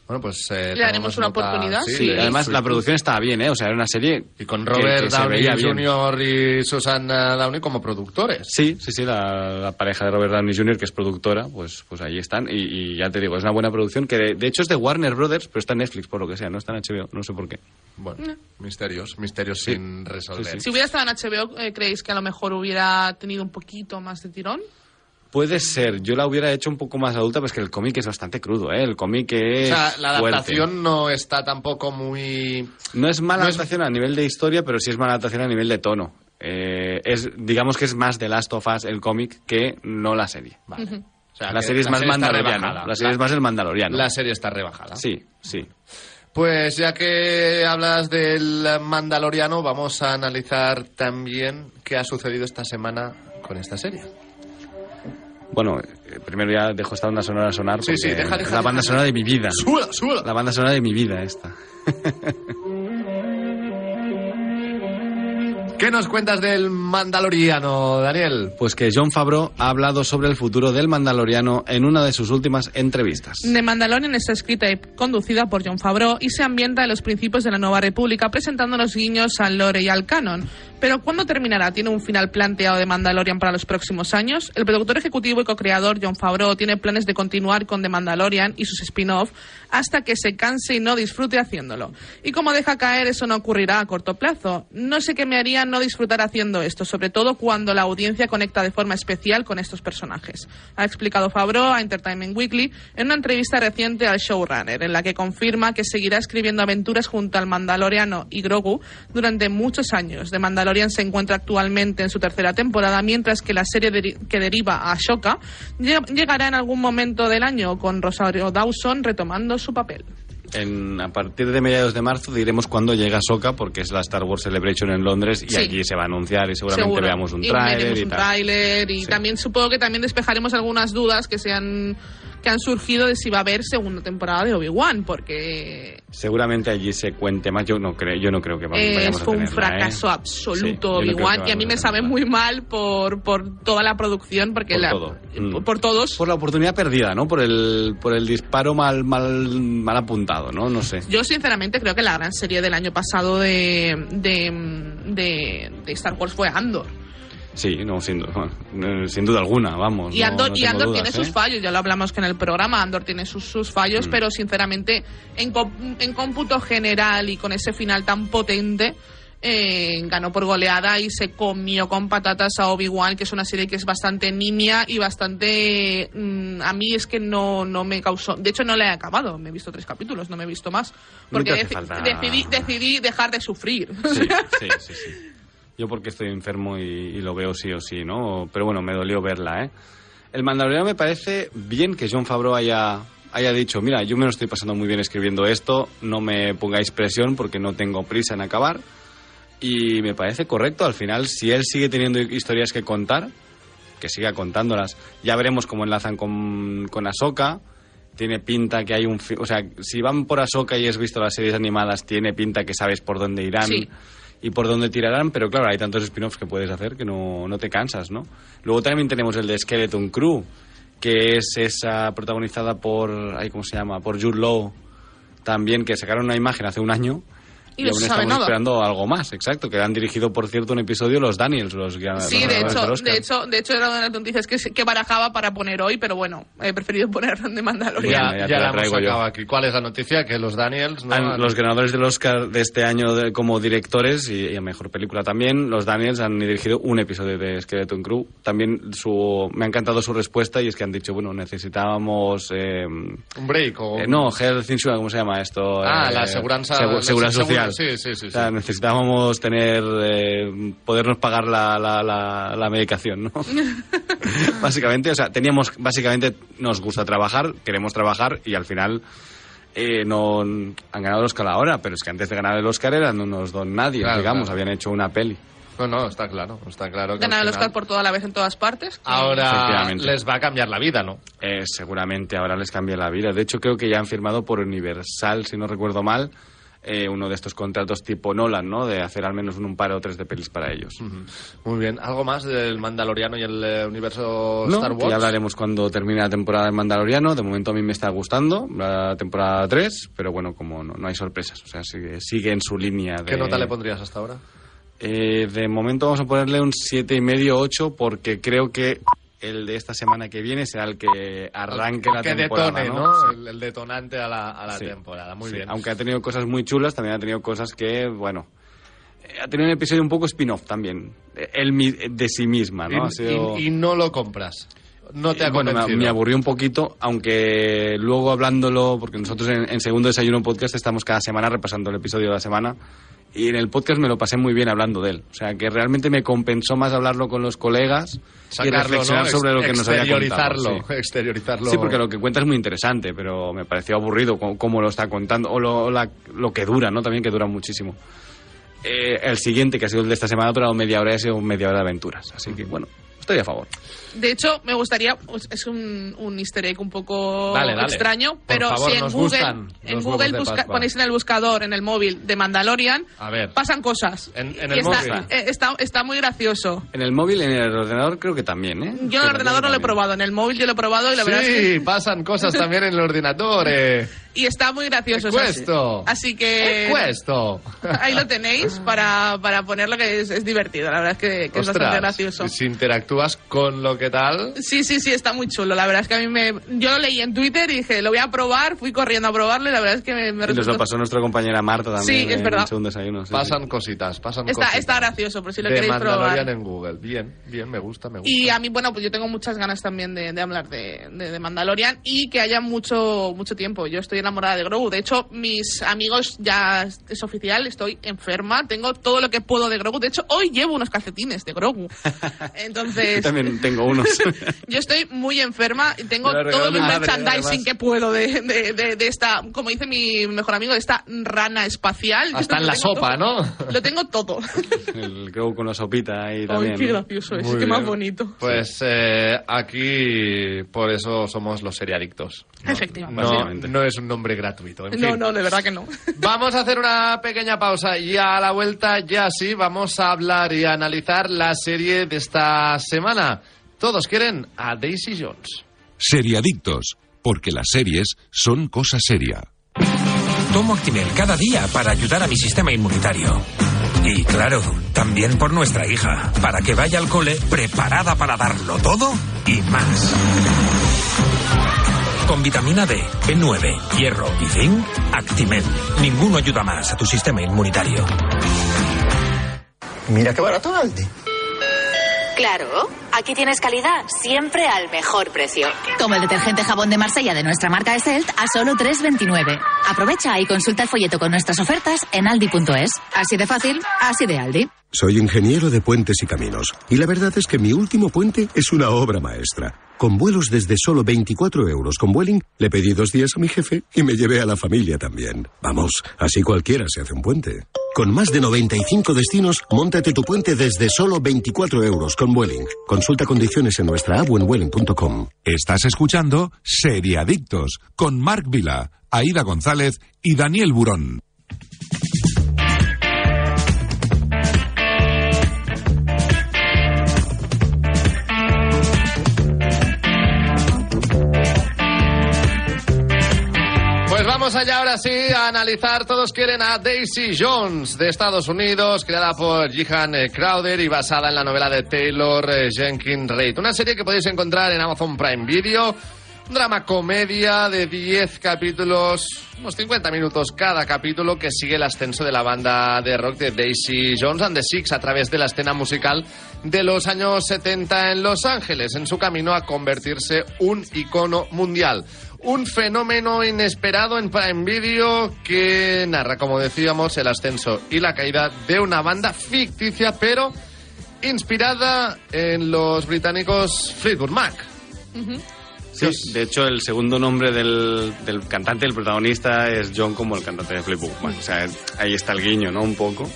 B: Bueno, pues... eh,
C: Le haremos
B: tomamos
C: una
B: nota-
C: oportunidad.
D: Sí, además la producción estaba bien, ¿eh? O sea, era una serie
B: Y con
D: que-
B: Robert
D: que se
B: Downey
D: veía bien.
B: Jr. y Susana Downey como productores.
D: Sí, sí, sí, la, la pareja de Robert Downey Jr., que es productora, pues, pues ahí están. Y, y ya te digo, es una buena producción que de, de hecho es de Warner Brothers, pero está en Netflix, por lo que sea, no está en HBO, no sé por qué.
B: Bueno, misterios, misterios sin resolver.
C: Si hubiera estado en HBO, eh, ¿creéis que a lo mejor hubiera tenido un poquito más de tirón?
D: Puede ser, yo la hubiera hecho un poco más adulta, pero es que el cómic es bastante crudo, ¿eh? El cómic
B: O
D: es.
B: sea, la
D: fuerte.
B: adaptación no está tampoco muy...
D: No es mala
B: No es-
D: adaptación a nivel de historia, pero sí es mala adaptación a nivel de tono. Eh, es, digamos que es más de Last of Us el cómic que no la serie.
B: Vale. O sea,
D: la
B: que
D: serie es más
B: está
D: mandaloriana.
B: rebajada.
D: La serie es más el mandaloriano.
B: La serie está rebajada.
D: Sí, sí.
B: Pues ya que hablas del Mandaloriano, vamos a analizar también qué ha sucedido esta semana con esta serie.
D: Bueno, eh, primero ya dejo esta banda sonora sonar.
B: Sí, sí,
D: porque
B: deja, deja,
D: es la banda
B: deja.
D: sonora de mi vida.
B: ¡Súbela, súbela!
D: La banda sonora de mi vida esta.
B: ¿Qué nos cuentas del Mandaloriano, Daniel?
D: Pues que John Favreau ha hablado sobre el futuro del mandaloriano en una de sus últimas entrevistas.
C: The Mandalorian está escrita y conducida por John Favreau y se ambienta en los principios de la Nueva República, presentando los guiños al lore y al canon. Pero ¿cuándo terminará? ¿Tiene un final planteado de Mandalorian para los próximos años? El productor ejecutivo y co-creador John Favreau tiene planes de continuar con The Mandalorian y sus spin-off hasta que se canse y no disfrute haciéndolo. Y como deja caer, eso no ocurrirá a corto plazo. No sé qué me haría no disfrutar haciendo esto, sobre todo cuando la audiencia conecta de forma especial con estos personajes. Ha explicado Favreau a Entertainment Weekly en una entrevista reciente al showrunner, en la que confirma que seguirá escribiendo aventuras junto al mandaloriano y Grogu durante muchos años. The Mandalorian se encuentra actualmente en su tercera temporada, mientras que la serie deri- que deriva a Ashoka lle- llegará en algún momento del año, con Rosario Dawson retomando su papel.
D: En- a partir de mediados de marzo diremos cuándo llega Soca, porque es la Star Wars Celebration en Londres y
C: Sí.
D: allí se va a anunciar y seguramente
C: Seguro.
D: veamos un
C: Y
D: tráiler
C: veremos
D: y
C: un
D: tal.
C: tráiler y también supongo que también despejaremos algunas dudas que se han que han surgido de si va a haber segunda temporada de Obi-Wan, porque
D: Seguramente allí se cuente más. Yo no creo, yo no creo que vamos,
C: eh,
D: vayamos a
C: fue un
D: tenerla, ¿eh?
C: fracaso
D: Sí, yo no
C: absoluto
D: creo que
C: Obi-Wan y a mí me
D: vayamos tenerla.
C: sabe muy mal por, por toda la producción, porque
D: Por
C: la-
D: todo. Mm.
C: por- por todos.
D: Por la oportunidad perdida, ¿no? Por el, por el disparo mal, mal, mal apuntado, ¿no? No sé.
C: Yo sinceramente creo que la gran serie del año pasado de, de, de, de Star Wars fue Andor.
D: Sí, no, sin, *laughs* bueno, eh, sin duda alguna, vamos.
C: Y
D: no-
C: Andor,
D: no
C: y
D: tengo
C: Andor
D: dudas,
C: tiene
D: ¿eh? Mm.
C: sus fallos, ya lo hablamos que en el programa, Andor tiene sus, sus fallos, pero sinceramente en, co- en cómputo general y con ese final tan potente, eh, ganó por goleada y se comió con patatas a Obi-Wan, que es una serie que es bastante niña y bastante... mm, a mí es que no, no me causó... De hecho no la he acabado, me he visto tres capítulos, no me he visto más, porque
D: te hace
C: deci-
D: falta-
C: decidí, decidí dejar de sufrir.
D: Sí, sí, sí, sí. Yo porque estoy enfermo y, y lo veo sí o sí, ¿no? Pero bueno, me dolió verla, ¿eh? El Mandaloriano me parece bien que John Favreau haya, haya dicho, mira, yo me lo estoy pasando muy bien escribiendo esto, no me pongáis presión porque no tengo prisa en acabar. Y me parece correcto, al final, si él sigue teniendo historias que contar, que siga contándolas. Ya veremos cómo enlazan con, con Ahsoka. Tiene pinta que hay un... fi- O sea, si van por Ahsoka y has visto las series animadas, tiene pinta que sabes por dónde
C: *laughs*
D: irán
C: Sí.
D: y por dónde tirarán, pero claro, hay tantos spin-offs que puedes hacer que no, no te cansas, ¿no? Luego también tenemos el de Skeleton Crew, que es esa protagonizada por... Ay, ¿Cómo se llama? Por Jude Law, también, que sacaron una imagen hace un año.
C: Y no
D: aún
C: se sabe
D: estamos
C: nada.
D: esperando algo más, exacto, que han dirigido, por cierto, un episodio los Daniels, los guia-
C: Sí,
D: los
C: de
D: ganadores del
C: hecho,
D: Oscar.
C: de hecho, de hecho era una de las noticias que, se- que barajaba para poner hoy, pero bueno, he preferido *laughs* poner de Mandalorian.
D: Bueno,
B: Ya, ya,
D: ya te la
B: la hemos
D: traigo yo.
B: sacado aquí. ¿Cuál es la noticia? Que los Daniels no
D: Han-
B: han-
D: los ganadores del Oscar de este año de- como directores y, y a mejor película también, los Daniels han dirigido un episodio de Skeleton Crew. También su, me ha encantado su respuesta y es que han dicho, bueno, necesitábamos... eh,
B: un break o...
D: eh, no, health insurance, ¿cómo se llama esto?
B: Eh, Ah,
D: Eh,
B: la aseguranza-
D: segu-
B: la
D: Seguridad
B: se-
D: social, total.
B: Sí, sí, sí.
D: O sea, necesitábamos tener, eh, podernos pagar la, la, la, la medicación, ¿no? básicamente, o sea, teníamos, básicamente nos gusta trabajar, queremos trabajar y al final eh, no han ganado el Oscar ahora, pero es que antes de ganar el Oscar eran unos don nadie,
B: Claro,
D: digamos,
B: claro.
D: habían hecho una peli.
B: No, no, está claro, está claro. que al
C: Ganar
B: final-
C: el Oscar por toda la vez en todas partes.
D: Ah.
B: Ahora les va a cambiar la vida, ¿no?
D: Eh, seguramente ahora les cambia la vida. De hecho, creo que ya han firmado por Universal, si no recuerdo mal, eh, uno de estos contratos tipo Nolan, ¿no? De hacer al menos un par o tres de pelis para ellos.
B: Muy bien. ¿Algo más del Mandaloriano y el eh, universo
D: No,
B: Star Wars?
D: Ya hablaremos cuando termine la temporada del Mandaloriano. De momento a mí me está gustando la temporada 3, pero bueno, como no, no hay sorpresas. O sea, sigue, sigue en su línea. De,
B: ¿Qué nota le pondrías hasta ahora?
D: Eh, de momento vamos a ponerle un 7,5 8 porque creo que el de esta semana que viene será el que arranque la
B: que
D: temporada.
B: detone,
D: ¿no?
B: ¿no? El, el detonante a la, a la
D: Sí.
B: temporada. Muy
D: Sí,
B: bien.
D: Aunque ha tenido cosas muy chulas, también ha tenido cosas que, bueno. eh, Ha tenido un episodio un poco spin-off también. eh, Él mi- de sí misma, ¿no? Ha
B: Y-
D: sido-
B: y, y no lo compras. No te
D: eh,
B: ha
D: bueno, me,
B: convencido.
D: me aburrió un poquito, aunque luego hablándolo, porque nosotros en, en Segundo Desayuno Podcast estamos cada semana repasando el episodio de la semana, y en el podcast me lo pasé muy bien hablando de él. O sea, que realmente me compensó más hablarlo con los colegas y
B: Sacarlo,
D: reflexionar
B: ¿no?
D: sobre lo que
B: Ex-
D: nos había contado.
B: exteriorizarlo,
D: sí.
B: exteriorizarlo.
D: Sí, porque lo que cuenta es muy interesante, pero me pareció aburrido co- cómo, lo está contando, o lo, la- lo que dura, ¿no? También que dura muchísimo. Eh, el siguiente, que ha sido el de esta semana, ha durado media hora y ha sido media hora de aventuras. Así que, bueno, estoy a favor.
C: De hecho, me gustaría, pues, es un, un easter egg un poco
D: Dale, dale.
C: extraño,
D: Por
C: pero
D: favor,
C: si en
D: nos
C: Google,
D: gustan
C: en
D: los
C: Google
D: huevos de
C: busca-
D: Pascua.
C: ponéis en el buscador, en el móvil de Mandalorian,
D: A ver.
C: pasan cosas.
D: En- en
C: Y
D: el
C: está,
D: móvil.
C: eh, está, está muy gracioso.
D: En el móvil, en el ordenador, creo que también, ¿eh?
C: Yo en el ordenador no lo he probado, en el móvil yo lo he probado y la verdad es
B: Sí,
C: que...
B: pasan cosas también en el ordenador. eh.
C: Y está muy gracioso.
B: Eh,
C: o sea, sí.
B: cuesto.
C: Así que...
B: Eh, Cuesto.
C: *laughs* Ahí lo tenéis para, para ponerlo, que es, es divertido, la verdad es que, que es bastante
B: Ostras,
C: gracioso.
B: si interactúas con lo que tal...
C: Sí, sí, sí, está muy chulo. La verdad es que a mí me. Yo lo leí en Twitter y dije, lo voy a probar. Fui corriendo a probarlo y la verdad es que me, me
D: Y nos
C: resultó.
D: lo pasó nuestra compañera Marta también.
C: Sí, es
D: en
C: verdad.
D: el segundo desayuno. sí,
B: Pasan
D: sí.
B: cositas, pasan
C: Está,
B: cositas.
C: está gracioso, por si lo
B: de
C: queréis
B: Mandalorian
C: probar.
B: en Google. Bien, bien, me gusta, me gusta.
C: Y a mí, bueno, pues yo tengo muchas ganas también de, de hablar de, de, de Mandalorian y que haya mucho mucho tiempo. Yo estoy enamorada de Grogu. De hecho, mis amigos ya es- es oficial, estoy enferma, tengo todo lo que puedo de Grogu. De hecho, hoy llevo unos calcetines de
B: *laughs*
C: Grogu.
D: Yo
C: Entonces,
D: también tengo unos.
C: *laughs* Yo estoy muy enferma y tengo
D: Me lo regaló
C: todo
D: mi
C: el
D: madre,
C: merchandising
D: además.
C: que puedo de, de- de- de esta, como dice mi mejor amigo, de esta rana espacial. Yo
B: Hasta en
C: lo
B: la
C: tengo
B: sopa,
C: todo.
B: ¿no?
C: Lo tengo todo.
D: el Grogu con la sopita
C: *laughs*
D: ahí
C: Ay,
D: también.
C: qué gracioso es,
B: Muy
C: qué más
B: bien.
C: bonito.
B: Pues eh, aquí por eso somos los seriadictos.
C: Efectivamente.
B: No, no es un nombre gratuito. en
C: Ah, no,
B: fin.
C: no, de verdad que no.
B: Vamos a hacer una pequeña pausa y a la vuelta ya sí vamos a hablar y a analizar la serie de esta semana. Todos quieren a Daisy Jones.
A: Seriadictos, porque las series son cosa seria.
L: Tomo Actimel cada día para ayudar a mi sistema inmunitario. Y claro, también por nuestra hija, para que vaya al cole preparada para darlo todo y más. Con vitamina D, B9, hierro y zinc, Actimel. Ninguno ayuda más a tu sistema inmunitario.
E: Mira qué barato, Aldi.
F: Claro, aquí tienes calidad, siempre al mejor precio.
G: Como el detergente jabón de Marsella de nuestra marca Eselt a solo 3,29. Aprovecha y consulta el folleto con nuestras ofertas en aldi.es. Así de fácil, así de Aldi.
I: Soy ingeniero de puentes y caminos, y la verdad es que mi último puente es una obra maestra. Con vuelos desde solo 24 euros con Vueling, le pedí dos días a mi jefe y me llevé a la familia también. Vamos, así cualquiera se hace un puente. Con más de 95 destinos, montate tu puente desde solo 24 euros con Vueling. Consulta condiciones en nuestra app o en vueling.com.
A: Estás escuchando Seriadictos con Marc Vila, Aida González y Daniel Burón.
B: Pues vamos allá ahora sí a analizar. Todos quieren a Daisy Jones de Estados Unidos, creada por Jihan eh, Crowder y basada en la novela de Taylor eh, Jenkins Reid. Una serie que podéis encontrar en Amazon Prime Video. Un drama comedia de 10 capítulos, unos 50 minutos cada capítulo, que sigue el ascenso de la banda de rock de Daisy Jones and the Six a través de la escena musical de los años 70 en Los Ángeles, en su camino a convertirse un icono mundial. un fenómeno inesperado en Prime Video que narra, como decíamos, el ascenso y la caída de una banda ficticia, pero inspirada en los británicos Fleetwood Mac.
C: Ujú.
D: Sí, de hecho, el segundo nombre del, del cantante, el protagonista, es John como el cantante de Fleetwood Mac. O sea, ahí está el guiño, ¿no? Un poco.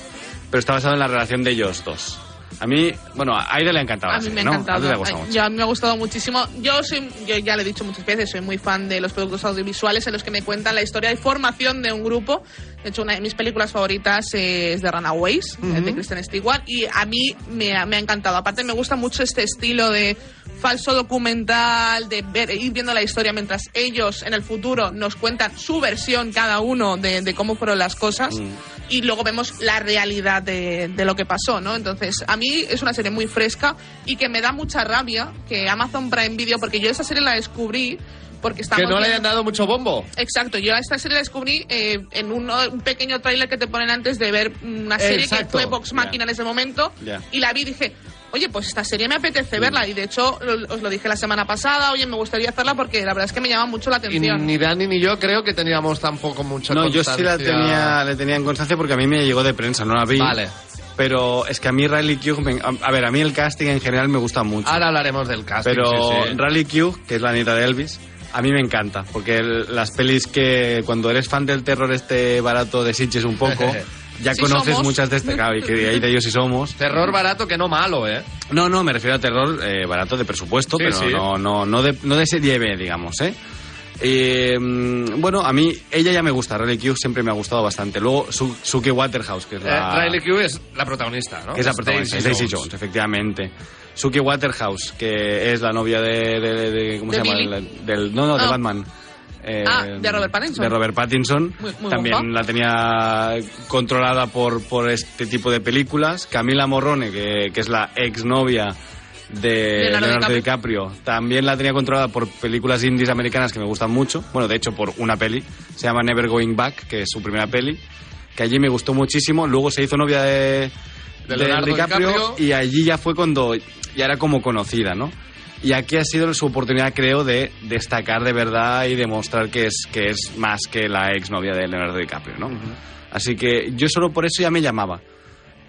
D: Pero está basado en la relación de ellos dos. A mí, bueno, a Aida le ha encantado.
C: A
D: la
C: mí
D: serie,
C: me ha
D: ¿no?
C: encantado.
D: A ti te ha gustado
C: Ay,
D: mucho.
C: yo- me ha gustado muchísimo. Yo, soy, yo ya lo he dicho muchas veces, soy muy fan de los productos audiovisuales en los que me cuentan la historia y formación de un grupo. De hecho, una de mis películas favoritas eh, es The Runaways, eh, de
M: Ujú.
C: Kristen Stewart, y a mí me ha, me ha encantado. Aparte, me gusta mucho este estilo de falso documental, de ver, ir viendo la historia mientras ellos en el futuro nos cuentan su versión cada uno de, de cómo fueron las cosas
B: Mm.
C: y luego vemos la realidad de, de lo que pasó, ¿no? Entonces, a mí es una serie muy fresca y que me da mucha rabia que Amazon Prime Video, porque yo esa serie la descubrí porque estaba...
B: Que no le hayan dado mucho bombo.
C: Exacto, yo a esta serie la descubrí eh, en uno- un pequeño tráiler que te ponen antes de ver una serie que
B: Exacto.
C: fue Vox Máquina en ese momento
B: Ya.
C: y la vi y dije, oye, pues esta serie me apetece verla y de hecho lo- os lo dije la semana pasada, oye, me gustaría hacerla porque la verdad es que me llama mucho la
B: Y
C: atención.
B: ni Dani ni yo creo que teníamos tampoco mucha
D: No, yo sí la
B: constancia.
D: tenía, le tenía en constancia porque a mí me llegó de prensa, no la vi.
B: Vale.
D: Pero es que a mí Riley Q, me- a a ver, a mí el casting en general me gusta mucho.
B: Ahora hablaremos del casting.
D: Pero
B: sí, sí.
D: Rally Q, que es la nieta de Elvis, a mí me encanta. Porque el- las pelis que cuando eres fan del terror este barato de Sitges un poco,
B: *laughs*
D: ya
B: Sí
D: conoces
B: somos.
D: muchas de este. Claro, y que de ahí de ellos sí somos.
B: Terror barato que no malo, ¿eh?
D: No, no, me refiero a terror eh, barato de presupuesto,
B: Sí,
D: pero
B: sí.
D: no, no, no de, no de serie B, digamos, ¿eh? Eh, mm, bueno, a mí ella ya me gusta, Riley Q siempre me ha gustado bastante. Luego Su- Suki Waterhouse, que es la,
B: Eh, Riley Q es la protagonista, ¿no?
D: que es la protagonista, es Daisy Jones. efectivamente. Suki Waterhouse, que es la novia de... de- de- ¿Cómo
C: ¿De
D: se llama?
C: Billy?
D: Del- del- no, no, de
C: Ah.
D: Batman. Eh,
C: Ah, de Robert Pattinson.
D: de Robert Pattinson.
C: Muy- muy
D: También
C: guapa.
D: la tenía controlada por, por este tipo de películas. Camila Morrone, que, que es la exnovia de
C: Leonardo
D: Leonardo, DiCaprio. También la tenía controlada por películas indies americanas que me gustan mucho. Bueno, de hecho, por una peli. Se llama Never Going Back, que es su primera peli. Que allí me gustó muchísimo. Luego se hizo novia de,
B: De
D: de
B: Leonardo
D: DiCaprio,
B: DiCaprio.
D: Y allí ya fue cuando ya era como conocida, ¿no? Y aquí ha sido su oportunidad, creo, de destacar de verdad y demostrar que es, que es más que la exnovia de Leonardo DiCaprio, ¿no? Así que yo solo por eso ya me llamaba.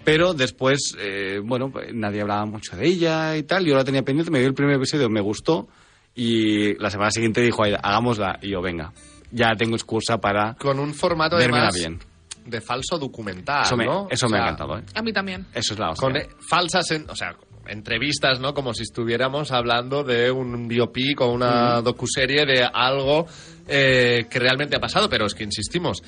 D: Pero después, eh, bueno, pues, nadie hablaba mucho de ella y tal. Yo la tenía pendiente, me vi el primer episodio, me gustó. Y la semana siguiente dijo, "Aida, hagámosla. Y yo, venga, ya tengo excusa para
B: Con un formato de
D: vérmela
B: más
D: bien.
B: de falso documental,
D: Eso me,
B: ¿no?
D: eso
B: O
D: me
B: sea,
D: ha encantado, ¿eh?
C: A mí también.
D: Eso es la hostia.
B: Con eh, falsas, en- o sea, entrevistas, ¿no? Como si estuviéramos hablando de un biopic o una docuserie de algo eh, que realmente ha pasado, pero es que insistimos.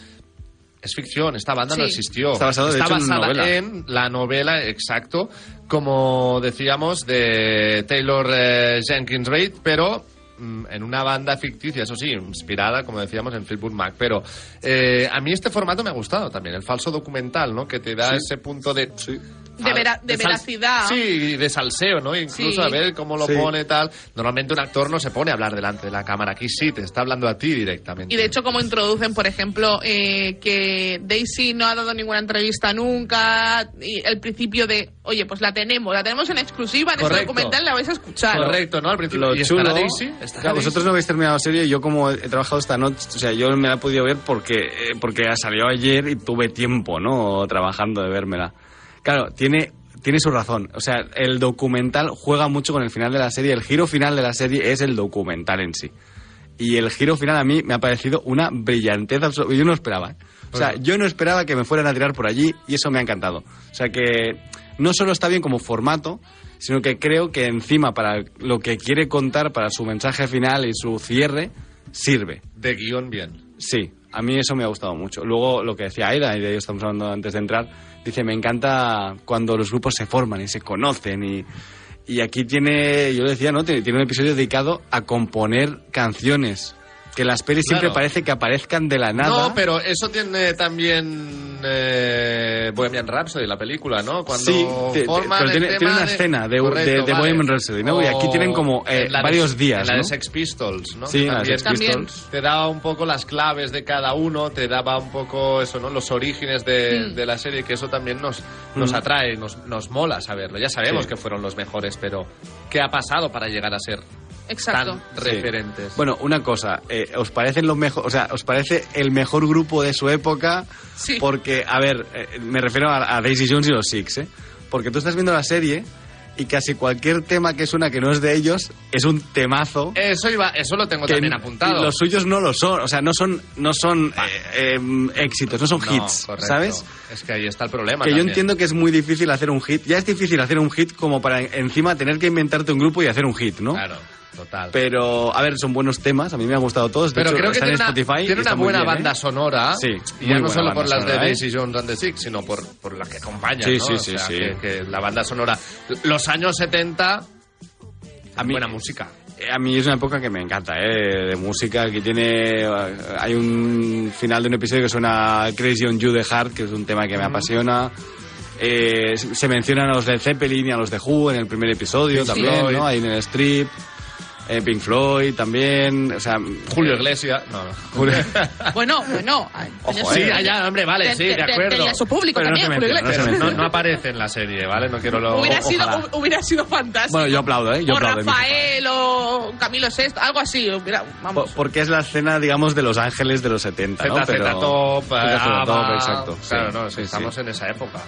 B: Es ficción, esta banda no
D: Sí.
B: existió.
D: Está basado, de hecho, en una
B: basada
D: novela.
B: en la novela, exacto, como decíamos, de Taylor eh, Jenkins Reid, pero mm, en una banda ficticia, eso sí, inspirada, como decíamos, en Fleetwood Mac. Pero eh, a mí este formato me ha gustado también, el falso documental, ¿no? Que te da
D: Sí.
B: ese punto de...
C: De vera- de
B: sal-
C: veracidad.
B: Sí, y de salseo, ¿no? Incluso
C: Sí.
B: a ver cómo lo
D: Sí.
B: pone tal. Normalmente un actor no se pone a hablar delante de la cámara. Aquí sí, te está hablando a ti directamente.
C: Y de hecho, como introducen, por ejemplo, eh, que Daisy no ha dado ninguna entrevista nunca, y el principio de, oye, pues la tenemos, la tenemos en exclusiva, en este
D: Correcto.
C: documental la vais a escuchar.
B: Correcto, ¿no? Al principio.
D: Lo
B: ¿Y
D: chulo.
B: estará Daisy? ¿Estará
D: Claro,
B: Daisy?
D: vosotros no habéis terminado la serie. Yo, como he trabajado esta noche, o sea, yo me la he podido ver porque, eh, porque salió ayer y tuve tiempo, ¿no? Trabajando de vérmela. Claro, tiene, tiene su razón. O sea, el documental juega mucho con el final de la serie. El giro final de la serie es el documental en sí. Y el giro final a mí me ha parecido una brillantez absoluta. Yo no esperaba. ¿eh? O sea, yo no esperaba que me fueran a tirar por allí y eso me ha encantado. O sea que no solo está bien como formato, sino que creo que encima para lo que quiere contar, para su mensaje final y su cierre, sirve.
B: De guión bien.
D: Sí, a mí eso me ha gustado mucho. Luego lo que decía Aida, y de ello estamos hablando antes de entrar, dice, me encanta cuando los grupos se forman y se conocen y... Y aquí tiene, yo lo decía, ¿no? Tiene, tiene un episodio dedicado a componer canciones. Que en las pelis siempre
B: Claro.
D: parece que aparezcan de la nada.
B: No, pero eso tiene también eh, Bohemian Rhapsody, la película, ¿no? Cuando
D: sí, te- te-
B: forman
D: pero
B: el
D: tiene,
B: tema
D: tiene una escena de,
B: Correcto,
D: de, de
B: vale.
D: Bohemian Rhapsody, ¿no? Y aquí
B: O
D: tienen como eh,
B: en la de-
D: varios días,
B: en la
D: ¿no?
B: de Sex Pistols, ¿no?
D: Sí,
B: Que
D: en la de Sex
B: también
D: Pistols.
B: te daba un poco las claves de cada uno, te daba un poco eso, ¿no? Los orígenes de, de la serie, que eso también nos, nos
D: Mm.
B: atrae, nos, nos mola saberlo. Ya sabemos
D: Sí.
B: que fueron los mejores, pero ¿qué ha pasado para llegar a ser
C: Exacto.
B: referentes.
D: Bueno, una cosa, eh, ¿os parecen los mejor, o sea, os parece el mejor grupo de su época?
C: Sí.
D: Porque, a ver, eh, me refiero a, a Daisy Jones y los Six, ¿eh? Porque tú estás viendo la serie y casi cualquier tema que suena que no es de ellos es un temazo.
B: Eso iba, eso lo tengo
D: que
B: Eh, también
D: n-
B: apuntado.
D: Los suyos no lo son, o sea, no son, no son eh, em, éxitos, no son
B: No,
D: hits,
B: correcto.
D: ¿sabes?
B: Es que ahí está el problema.
D: Que yo
B: también.
D: entiendo que es muy difícil hacer un hit. Ya es difícil hacer un hit como para en- encima tener que inventarte un grupo y hacer un hit, ¿no?
B: Claro, total.
D: Pero, a ver, son buenos temas. A mí me han gustado todos. De
B: Pero
D: hecho,
B: creo que
D: están
B: tiene
D: en
B: una,
D: Spotify y
B: tiene una
D: están muy
B: buena
D: bien, ¿eh?
B: banda sonora.
D: Sí,
B: Y
D: muy
B: ya no
D: buena
B: solo por
D: banda
B: las de
D: sonora, ¿eh?
B: Daisy Jones and the Six, sino por, por las que acompañan.
D: Sí,
B: ¿no?
D: sí,
B: O
D: sí,
B: sea,
D: sí.
B: Que, que la banda sonora. Los años 70. A buena música.
D: Eh, A mí es una época que me encanta, ¿eh? De música que tiene... eh, Hay un final de un episodio que suena Crazy on You de Heart, que es un tema que me apasiona. Eh, se se mencionan a los de Zeppelin y a los de Who en el primer episodio
B: Pink
D: también,
B: Floyd.
D: ¿no? Ahí en el strip. Eh, Pink Floyd también, o sea...
B: *laughs* Julio
D: eh,
B: Iglesias. No, no.
D: Julio-
C: Bueno, bueno. eh,
B: Ojo, sí, allá, hombre, vale, sí, de acuerdo.
C: Tenía su público
B: Pero no
C: también,
B: se
C: Julio
B: menciona, no se
C: Iglesias.
B: menciona. No, no aparece en la serie, ¿vale? No quiero lo.
C: Hubiera,
B: o-
C: sido,
B: ojalá.
C: hu- hubiera sido fantástico.
D: *laughs* Bueno, yo aplaudo, ¿eh?
B: Oh,
D: Yo
C: o
D: aplaudo.
C: Rafael o Camilo Sesto, algo así. hubiera- vamos.
D: Po- Porque es la escena, digamos, de Los Ángeles de los 70, ¿no?
B: ZZ Top, eh,
D: ZZ Top,
B: ABBA.
D: exacto.
B: Claro,
D: sí,
B: no,
D: sí, sí.
B: estamos en esa época.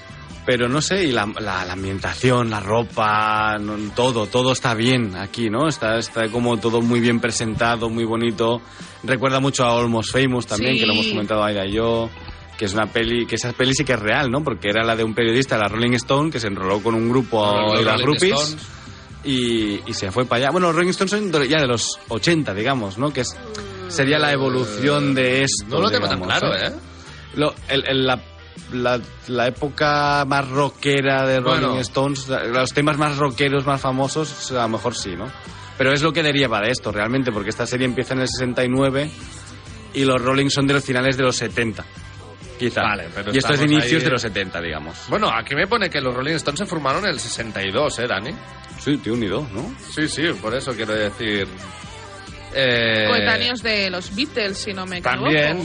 D: Pero no sé, y la, la- la ambientación, la ropa, no- todo, todo está bien aquí, ¿no? Está, está como todo muy bien presentado, muy bonito. Recuerda mucho a Almost Famous también,
C: Sí.
D: que lo hemos comentado Aida y yo, que es una peli, que esa peli sí que es real, ¿no? Porque era la de un periodista, la Rolling Stone, que se enroló con un grupo
B: Los
D: de las
B: Rolling
D: groupies
B: Stones.
D: y, y se fue para allá. Bueno, los Rolling Stones son de- ya de los 80, digamos, ¿no? Que es, sería la evolución de esto.
B: eh, No lo tengo tan
D: digamos,
B: claro, ¿eh?
D: Lo- el- el- la, la- la época más rockera de Rolling
B: Bueno.
D: Stones, los temas más rockeros, más famosos, a lo mejor sí, ¿no? Pero es lo que deriva de esto realmente, porque esta serie empieza en el 69 y los Rolling son de los finales de los 70. Quizá.
B: Vale, pero
D: y esto es de
B: estamos
D: inicios
B: ahí-
D: de los 70, digamos.
B: Bueno, aquí me pone que los Rolling Stones se formaron en el 62, ¿eh, Dani?
D: Sí, tío, unido, ¿no?
B: Sí, sí, por eso quiero decir. Eh,
C: Coetáneos de los Beatles, si no me equivoco.
B: También de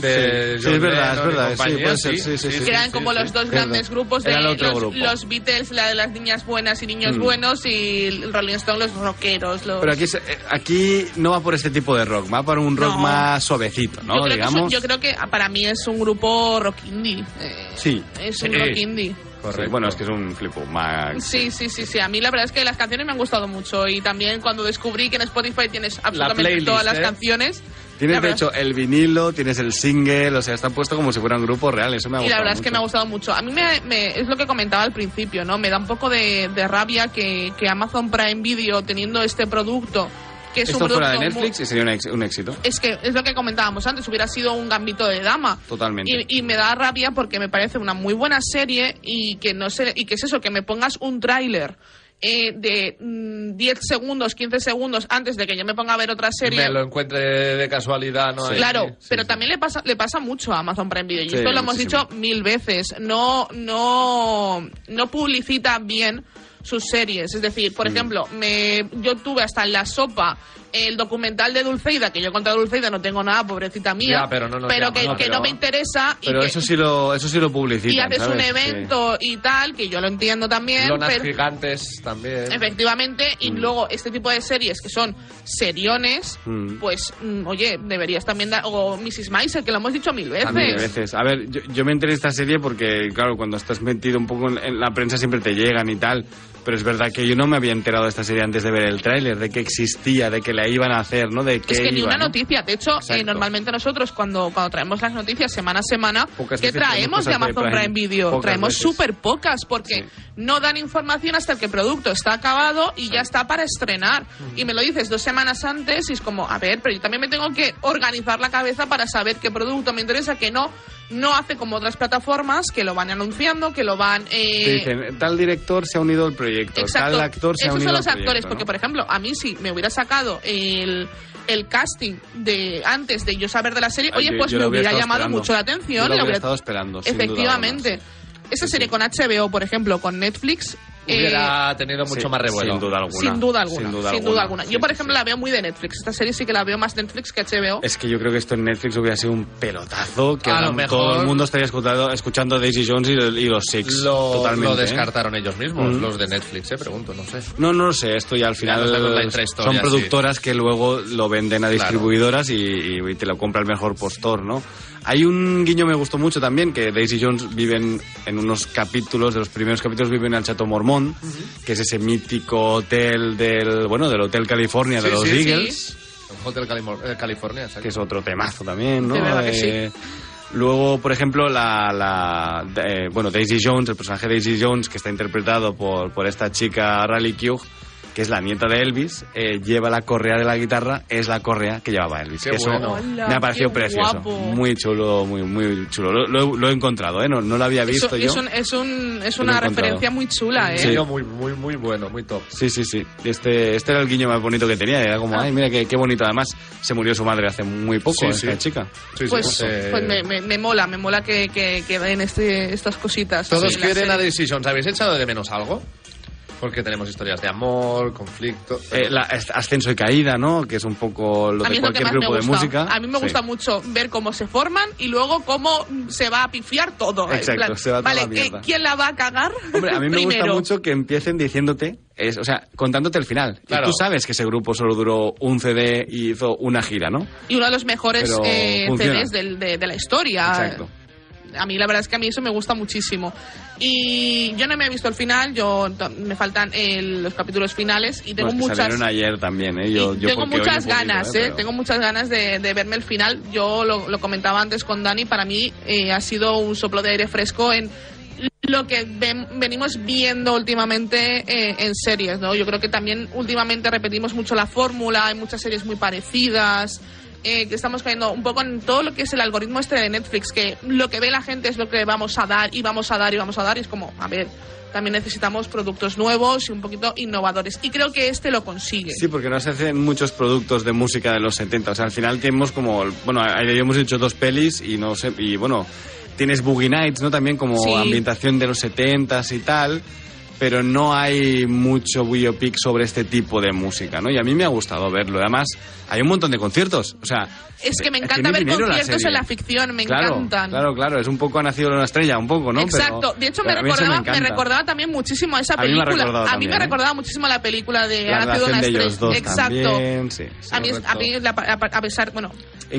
D: Pues, Sí,
B: John
D: es verdad,
B: Lennon
D: es verdad,
B: y
D: sí,
B: compañía,
D: puede ser, sí, sí, sí,
C: que eran como
B: sí,
C: los
B: sí.
C: dos grandes grupos de
D: Era el otro
C: los,
D: grupo.
C: los Beatles, la de las niñas buenas y niños
D: Mm.
C: buenos, y el Rolling Stone, los rockeros. Los...
D: Pero aquí, se- eh, aquí no va por este tipo de rock, va por un rock
C: No.
D: más suavecito,
C: yo,
D: ¿no?
C: creo que
D: Digamos.
C: son- yo creo que ah, para mí es un grupo rock indie. eh,
D: Sí.
C: es
D: Sí.
C: un rock indie.
D: Correcto. bueno, es que es un flipo más.
C: Sí, sí, sí, sí. A mí la verdad es que las canciones me han gustado mucho y también cuando descubrí que en Spotify tienes absolutamente
D: playlist,
C: todas las
D: ¿eh?
C: canciones.
D: Tienes,
C: la
D: de
C: verdad-
D: hecho, el vinilo, tienes el single, o sea, está puesto como si fuera un grupo real, eso me ha
C: Y la
D: gustado
C: verdad es que me ha
D: mucho.
C: gustado mucho. A mí me, me- es lo que comentaba al principio, ¿no? Me da un poco de, de rabia que, que Amazon Prime Video, teniendo este producto, que es
D: Esto
C: un producto
D: fuera de
C: muy-
D: Netflix y sería un, ex- un éxito,
C: es que es lo que comentábamos antes, hubiera sido un gambito de dama.
D: totalmente.
C: Y, y me da rabia porque me parece una muy buena serie y que no sé, y que es eso, que me pongas un tráiler eh, de mm, 10 segundos, 15 segundos antes de que yo me ponga a ver otra serie.
B: Me lo encuentre de casualidad, ¿no? Ahí.
C: Claro, pero también le pasa, le pasa mucho a Amazon Prime Video. Y
B: Sí,
C: esto lo hemos
B: muchísimo.
C: dicho mil veces. No, no, no publicita bien sus series. Es decir,
D: Mm.
C: por ejemplo, me, yo tuve hasta en la sopa el documental de Dulceida, que yo contra Dulceida no tengo nada, pobrecita mía.
D: Ya, pero no nos llama,
C: que,
D: no,
C: que
D: pero-
C: no me interesa y
D: Pero
C: que-
D: eso sí lo, eso sí lo
C: y
D: publicitan,
C: haces un
D: ¿sabes?
C: evento y tal, que yo lo entiendo también.
B: Lonas
C: pero-
B: gigantes también.
C: Efectivamente, y luego este tipo de series que son seriones,
D: Mm.
C: pues, mm, oye, deberías también dar. O Mrs. Maisel, que lo hemos dicho mil veces.
D: También, a veces. A ver, yo, yo me enteré de esta serie porque, claro, cuando estás metido un poco en, en la prensa siempre te llegan y tal. Pero es verdad que yo no me había enterado de esta serie antes de ver el tráiler, de que existía, de que la iban a hacer, ¿no? De que
C: Es que ni
D: iba,
C: una
D: ¿no?
C: noticia. De hecho, eh, normalmente nosotros cuando, cuando traemos las noticias semana a semana,
D: Pocas
C: ¿qué
D: veces
C: traemos de
D: traemos cosas de
C: Amazon
D: Prime.
C: Prime Video?
D: Pocas
C: traemos
D: veces.
C: súper pocas porque no dan información hasta que el producto está acabado y ya está para estrenar. Y me lo dices dos semanas antes y es como, a ver, pero yo también me tengo que organizar la cabeza para saber qué producto me interesa, que no. No hace como otras plataformas que lo van anunciando, que lo van... eh,
D: Te dicen, tal director se ha unido al proyecto,
C: Exacto.
D: tal actor se ha
C: Esos
D: unido
C: son
D: al
C: los actores,
D: proyecto, ¿no?
C: porque por ejemplo, a mí sí me hubiera sacado el, el casting de antes de yo saber de la serie,
D: Ay,
C: oye,
D: yo-
C: pues
D: yo
C: me
D: lo
C: hubiera
D: estado
C: llamado
D: esperando.
C: mucho la
D: Yo
C: atención.
D: lo
C: la
D: hubiera
C: hubiera-
D: estado esperando. sin duda alguna.
C: Efectivamente. Esa serie con HBO, por ejemplo, con Netflix, Eh,
B: Hubiera tenido mucho más revuelo.
D: sin duda alguna.
C: sin duda alguna. Sin duda alguna.
D: Sí,
C: Yo, por ejemplo, la veo muy de Netflix. Esta serie sí que la veo más Netflix que HBO.
D: Es que yo creo que esto en Netflix hubiera sido un pelotazo que
C: A
D: ahora
C: lo mejor-
D: todo el mundo estaría escuchando, escuchando Daisy Jones y, y los Six.
B: Lo,
D: totalmente.
B: lo
D: ¿eh?
B: descartaron ellos mismos,
D: Mm.
B: los de Netflix, eh, pregunto, no sé.
D: No, no lo sé, esto ya al
B: Ya
D: final
B: nos la intrahistoria,
D: son productoras que luego lo venden a
B: Claro.
D: distribuidoras y, y te lo compra el mejor postor, ¿no? Hay un guiño que me gustó mucho también, que Daisy Jones viven en unos capítulos, de los primeros capítulos viven en el Chateau Mormont, que es ese mítico hotel del, bueno, del Hotel California de
B: Sí,
D: los
B: sí,
D: Eagles
B: sí. Hotel Calimor- eh, California, exacto.
D: que es otro temazo también, ¿no? Eh,
B: De verdad que sí.
D: Luego, por ejemplo, la, la eh, bueno, Daisy Jones, el personaje Daisy Jones, que está interpretado por, por esta chica Riley Keough, que es la nieta de Elvis, eh, lleva la correa de la guitarra, es la correa que llevaba Elvis.
B: Qué
D: que eso
B: bueno.
C: Hola,
D: me ha parecido
C: qué
D: precioso.
C: guapo.
D: Muy chulo, muy, muy chulo. Lo, lo he- lo he encontrado, ¿eh? No, no lo había
C: Eso-
D: visto yo.
C: es, un- es un- es
D: Lo he
C: una
D: encontrado.
C: referencia muy chula, ¿eh?
D: Sí.
B: Muy, muy, muy bueno, muy top.
D: Sí, sí, sí. Este, este era el guiño más bonito que tenía. Era
C: Ah.
D: como, ay, mira qué, qué bonito. Además, se murió su madre hace muy poco,
B: Sí,
D: esta
B: sí.
D: chica.
C: Pues, pues me, me- me mola, me mola que, que, que den este, estas cositas.
B: Todos
C: Sí, la
B: quieren a
C: serie.
B: Daisy Jones. ¿Habéis echado de menos algo? Porque tenemos historias de amor, conflicto.
D: Eh, la- as- ascenso y caída, ¿no? Que es un poco lo
C: A mí
D: de
C: es lo que
D: cualquier
C: más me
D: grupo de
C: gusta.
D: música.
C: A mí me
D: Sí.
C: gusta mucho ver cómo se forman y luego cómo se va a pifiar todo. En
D: Exacto, se va toda
C: vale,
D: la
C: ¿qué-
D: mierda.
C: ¿quién la va a cagar?
D: Hombre, a mí me gusta
C: Primero.
D: mucho que empiecen diciéndote, es, o sea, contándote el final. Y
B: Claro.
D: tú sabes que ese grupo solo duró un CD y hizo una gira, ¿no?
C: Y uno de los mejores
D: Pero
C: eh,
D: funciona.
C: CDs del- de, de la historia.
D: Exacto.
C: A mí la verdad es que a mí eso me gusta muchísimo. Y yo no me he visto el final, yo to- me faltan eh, los capítulos finales y tengo
D: Los que
C: muchas...
D: salieron ayer también, ¿eh? Yo, yo
C: tengo
D: porque hoy
C: muchas
D: un poquito,
C: ganas,
D: ¿eh?
C: eh,
D: Pero-
C: tengo muchas ganas de, de verme el final. Yo lo, lo comentaba antes con Dani, para mí eh, ha sido un soplo de aire fresco en lo que ven- venimos viendo últimamente eh, en series, ¿no? Yo creo que también últimamente repetimos mucho la fórmula, hay muchas series muy parecidas. eh, que estamos cayendo un poco en todo lo que es el algoritmo este de Netflix, que lo que ve la gente es lo que vamos a dar y vamos a dar y vamos a dar, y es como, a ver, también necesitamos productos nuevos y un poquito innovadores. Y creo que este lo consigue.
D: Sí, porque no se hacen muchos productos de música de los 70. O sea, al final tenemos como. el- Bueno, ahí hemos hecho dos pelis y no sé. Y bueno, tienes Boogie Nights, ¿no? También como
M: Sí.
D: ambientación de los 70 y tal. Pero no hay mucho biopic sobre este tipo de música, ¿no? Y a mí me ha gustado verlo. Además, hay un montón de conciertos. O sea.
C: Es que me
D: eh,
C: encanta
D: tiene
C: ver
D: dinero la
C: conciertos
D: serie.
C: en la ficción, me
D: claro,
C: encantan.
D: Claro, claro. Es un poco ha nacido una estrella, un poco, ¿no? Pero-
C: Exacto. de hecho, me
D: pero a mí eso
C: recordaba, me,
D: encanta.
C: recordaba también muchísimo a esa
D: A mí me ha
C: película. a
D: recordado
C: mí me
D: también, ¿eh?
C: recordaba muchísimo a la película de
D: La
C: Ha nacido
D: relación
C: una
D: de
C: estrella.
D: ellos dos
C: Exacto.
D: también. Sí, sí,
C: a mí, es- a
D: correcto.
C: mí la- a- a pesar, bueno,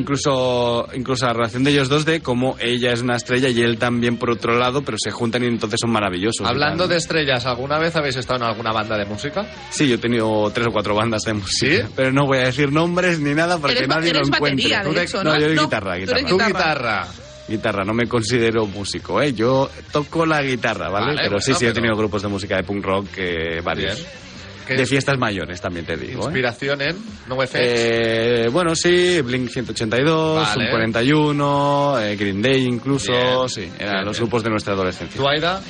D: incluso, incluso la relación de ellos dos de cómo ella es una estrella y él también por otro lado, pero se juntan y entonces son maravillosos.
B: Hablando de estrellas, ¿alguna vez habéis estado en alguna banda de música?
D: Sí, yo he tenido tres o cuatro bandas de música, pero no voy a decir nombres ni nada porque
B: Eres ba-
D: nadie
B: eres
D: lo encuentre.
B: batería, de
D: Tú
B: hecho,
D: no,
B: ¿no?
D: yo de
B: No,
D: guitarra,
B: tú
D: guitarra.
B: eres guitarra. Tú guitarra.
D: Guitarra, no me considero músico, ¿eh? Yo toco la guitarra, ¿vale?
B: Vale,
D: pero
B: bueno,
D: sí, sí, he
B: pero-
D: tenido grupos de música de punk rock eh, varios.
B: Bien. ¿Qué-
D: De fiestas mayores también te digo, ¿eh?
B: Inspiración en No FX.
D: Eh, bueno, sí, Blink 182,
B: Vale.
D: Sum 41, eh, Green Day incluso,
B: Bien.
D: sí, eran los grupos de nuestra adolescencia.
B: ¿Tú, Aida?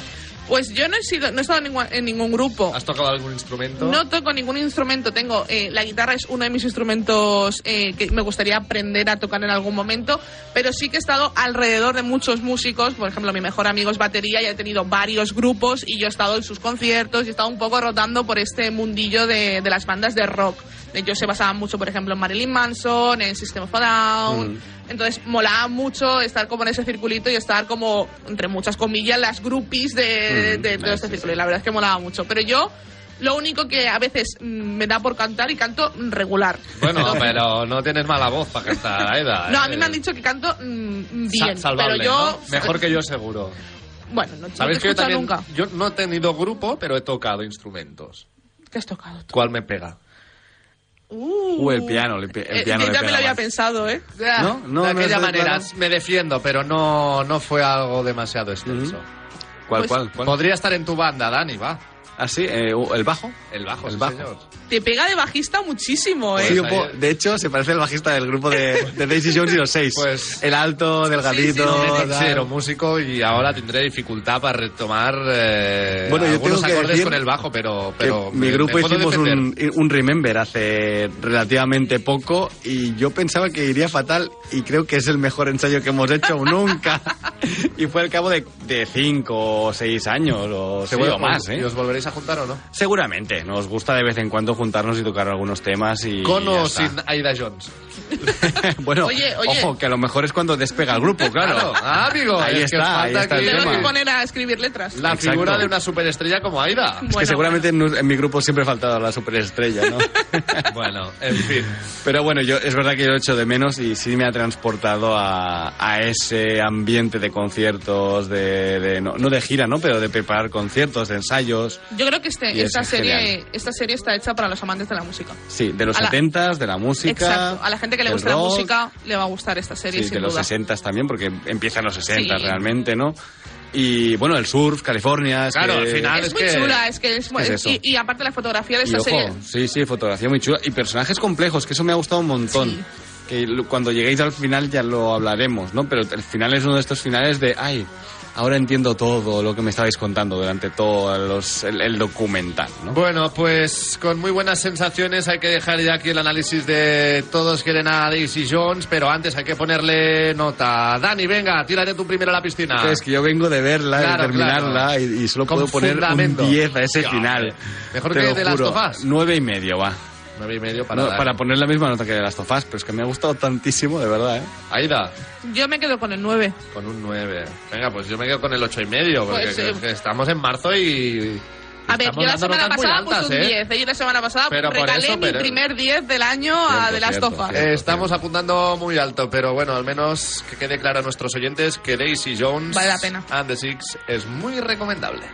C: pues yo no he sido, no he estado en ningún, en ningún grupo.
B: ¿Has tocado algún instrumento?
C: No toco ningún instrumento, tengo eh, la guitarra es uno de mis instrumentos eh, que me gustaría aprender a tocar en algún momento, pero sí que he estado alrededor de muchos músicos, por ejemplo mi mejor amigo es batería y he tenido varios grupos y yo he estado en sus conciertos y he estado un poco rotando por este mundillo de, de las bandas de rock. Yo se basaba mucho, por ejemplo, en Marilyn Manson, en System of a Down, entonces molaba mucho estar como en ese circulito y estar como, entre muchas comillas, las groupies de,
D: Mm,
C: de todo
D: eh,
C: este
D: sí,
C: círculo. Y la verdad es que molaba mucho. Pero yo lo único que a veces mm, me da por cantar y canto mm, regular.
B: Bueno, pero no tienes mala voz para
C: *laughs*
B: cantar, Aida.
C: No, a
B: ¿eh?
C: mí me han dicho que canto mm,
B: Sa-
C: bien,
B: salvable,
C: pero yo...
B: ¿no? Mejor que yo seguro.
C: Bueno, no, no te he
B: ¿Sabéis que yo
C: escuchado
B: también...
C: nunca.
B: Yo no he tenido grupo, pero he tocado instrumentos.
C: ¿Qué has tocado?
B: ¿Cuál me pega?
C: Uh,
D: Uh, el piano, el, pi- el
C: eh,
D: piano.
C: yo
D: le
C: ya me
D: pega
C: lo había
D: más.
C: pensado, ¿eh?
B: ¿No?
D: No,
B: de
D: no
B: aquella
D: es de
B: manera
D: plano.
B: me defiendo, pero no, no fue algo demasiado extenso.
D: ¿Cuál,
B: Pues,
D: cuál, cuál?
B: Podría estar en tu banda, Dani, va.
D: ¿Ah, sí? Eh, ¿El bajo?
B: El bajo,
D: El
B: sí,
D: bajo.
B: señor.
C: Te pega de bajista muchísimo,
B: Pues
C: ¿eh?
D: Sí, un po- de hecho, se parece al bajista del grupo de, de Daisy Jones y los seis. el alto, delgadito.
B: Pues, Sí, sí,
D: tal.
B: cero músico y ahora tendré dificultad para retomar eh,
D: Bueno, yo
B: algunos
D: tengo que
B: acordes
D: decir
B: con el bajo, pero,
D: Que
B: pero
D: mi
B: me-
D: grupo
B: me puedo
D: hicimos
B: defender.
D: un, eh, un remember hace relativamente poco y yo pensaba que iría fatal y creo que es el mejor ensayo que hemos
B: *laughs*
D: hecho nunca. y fue al cabo de, de cinco o seis años o, sí,
B: Seguro
D: o más,
B: que
D: ¿eh?
B: os volveréis vais a juntar o no?
D: Seguramente, nos gusta de vez en cuando juntarnos y tocar algunos temas y...
B: Con
D: ya
B: o
D: está.
B: sin Aida Jones.
D: *laughs* Bueno,
B: Oye, oye.
D: ojo, que a lo mejor es cuando despega el grupo, claro.
B: Claro, ah, amigo,
D: ahí
B: es que
D: está,
B: os
D: ahí
B: falta
D: está el
B: aquí-
D: tema.
C: Tenemos que poner a escribir letras.
B: La
D: Exacto.
B: figura de una superestrella como Aida.
D: Es que seguramente en nu- en mi grupo siempre ha faltado la
B: *laughs*
D: superestrella, ¿no?
B: bueno, en fin.
D: Pero bueno, yo es verdad que yo lo echo de menos y sí me ha transportado a, a ese ambiente de conciertos, de, de- no, no de gira, ¿no? Pero de preparar conciertos, de ensayos,
C: Yo creo que este,
D: Y eso
C: esta,
D: es
C: serie,
D: genial.
C: esta serie está hecha para los amantes de la música.
D: sí, de los
C: A la-
D: 70s, de la música.
C: Exacto. A la gente que le
D: del
C: gusta la
D: rock,
C: música le va a gustar esta serie,
D: Sí,
C: sin
D: de los
C: duda.
D: 60 también, porque empiezan los 60
C: Sí.
D: realmente, ¿no? Y bueno, el surf, California. es
B: Claro,
D: que-
B: al final
C: Es muy chula, es que es,
D: es eso.
C: y, y aparte la fotografía de
D: Y
C: esta serie.
D: ojo, sí, sí, fotografía muy chula. Y personajes complejos, que eso me ha gustado un montón. Que lo- cuando lleguéis al final ya lo hablaremos, ¿no? Pero el final es uno de estos finales de, ay, ahora entiendo todo lo que me estabais contando durante todo los- el, el documental, ¿no?
B: Bueno, pues con muy buenas sensaciones hay que dejar ya aquí el análisis de todos quieren a Daisy Jones, pero antes hay que ponerle nota. Dani, venga, tírate tú primero a la piscina.
D: Es que yo vengo de verla,
B: Claro,
D: de terminarla
B: claro.
D: y, y solo
B: Con
D: puedo poner
B: fundamento.
D: un 10 a ese
B: Ya,
D: final.
B: Mejor
D: Te
B: que
D: lo
B: de las
D: juro.
B: tofás.
D: Nueve y medio va.
B: Nueve y medio para,
D: No,
B: dar.
D: para poner la misma nota que de las tofás, pero es que me ha gustado tantísimo, de verdad, ¿eh?
B: Aida,
C: Yo me quedo con el 9.
B: con un 9. Venga, pues yo me quedo con el ocho y medio, porque
C: Pues,
B: que-
C: eh,
B: que estamos en marzo y...
C: A ver, yo
B: estamos
C: la
B: dando
C: semana
B: notas muy
C: pasada
B: altas,
C: puse un
B: ¿eh?
C: 10. ¿eh? Yo la semana pasada
B: Pero por
C: regalé
B: eso,
C: mi
B: pero-
C: primer 10 del año a de las tofas.
B: Eh, Estamos apuntando muy alto, pero bueno, al menos que quede claro a nuestros oyentes que Daisy Jones
C: Vale la pena.
B: and the Six es muy recomendable.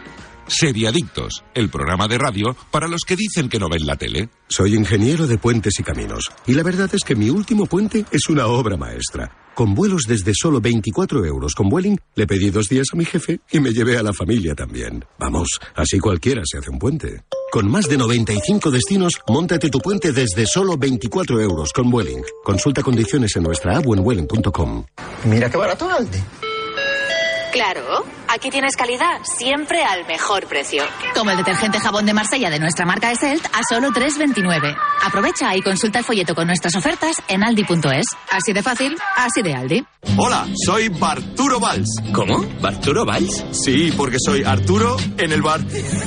A: Seriadictos, el programa de radio para los que dicen que no ven la tele.
I: Soy ingeniero de puentes y caminos, y la verdad es que mi último puente es una obra maestra. Con vuelos desde solo 24 euros con Vueling, le pedí dos días a mi jefe y me llevé a la familia también. Vamos, así cualquiera se hace un puente. Con más de 95 destinos, montate tu puente desde solo 24 euros con Vueling. Consulta condiciones en nuestra app o en vueling.com.
E: Mira qué barato, Aldi.
F: Claro, aquí tienes calidad, siempre al mejor precio.
G: Como el detergente jabón de Marsella de nuestra marca Eselt a solo 3,29. Aprovecha y consulta el folleto con nuestras ofertas en aldi.es. Así de fácil, así de Aldi.
M: Hola, soy Barturo Valls. ¿Cómo? ¿Barturo Valls? Sí, porque soy Arturo en el bar. *laughs*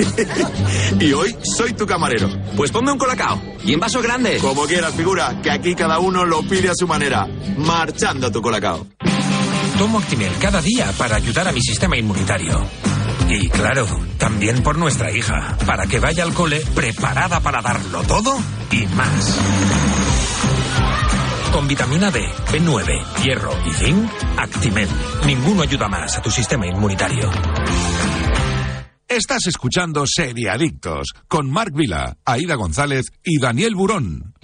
M: y hoy soy tu camarero. Pues ponme un colacao. Y en vaso grande. Como quieras, figura, que aquí cada uno lo pide a su manera. Marchando tu colacao.
L: Tomo Actimel cada día para ayudar a mi sistema inmunitario. Y claro, también por nuestra hija, para que vaya al cole preparada para darlo todo y más. Con vitamina D, B9, hierro y zinc, Actimel. Ninguno ayuda más a tu sistema inmunitario.
A: Estás escuchando Seriadictos con Marc Vila, Aida González y Daniel Burón.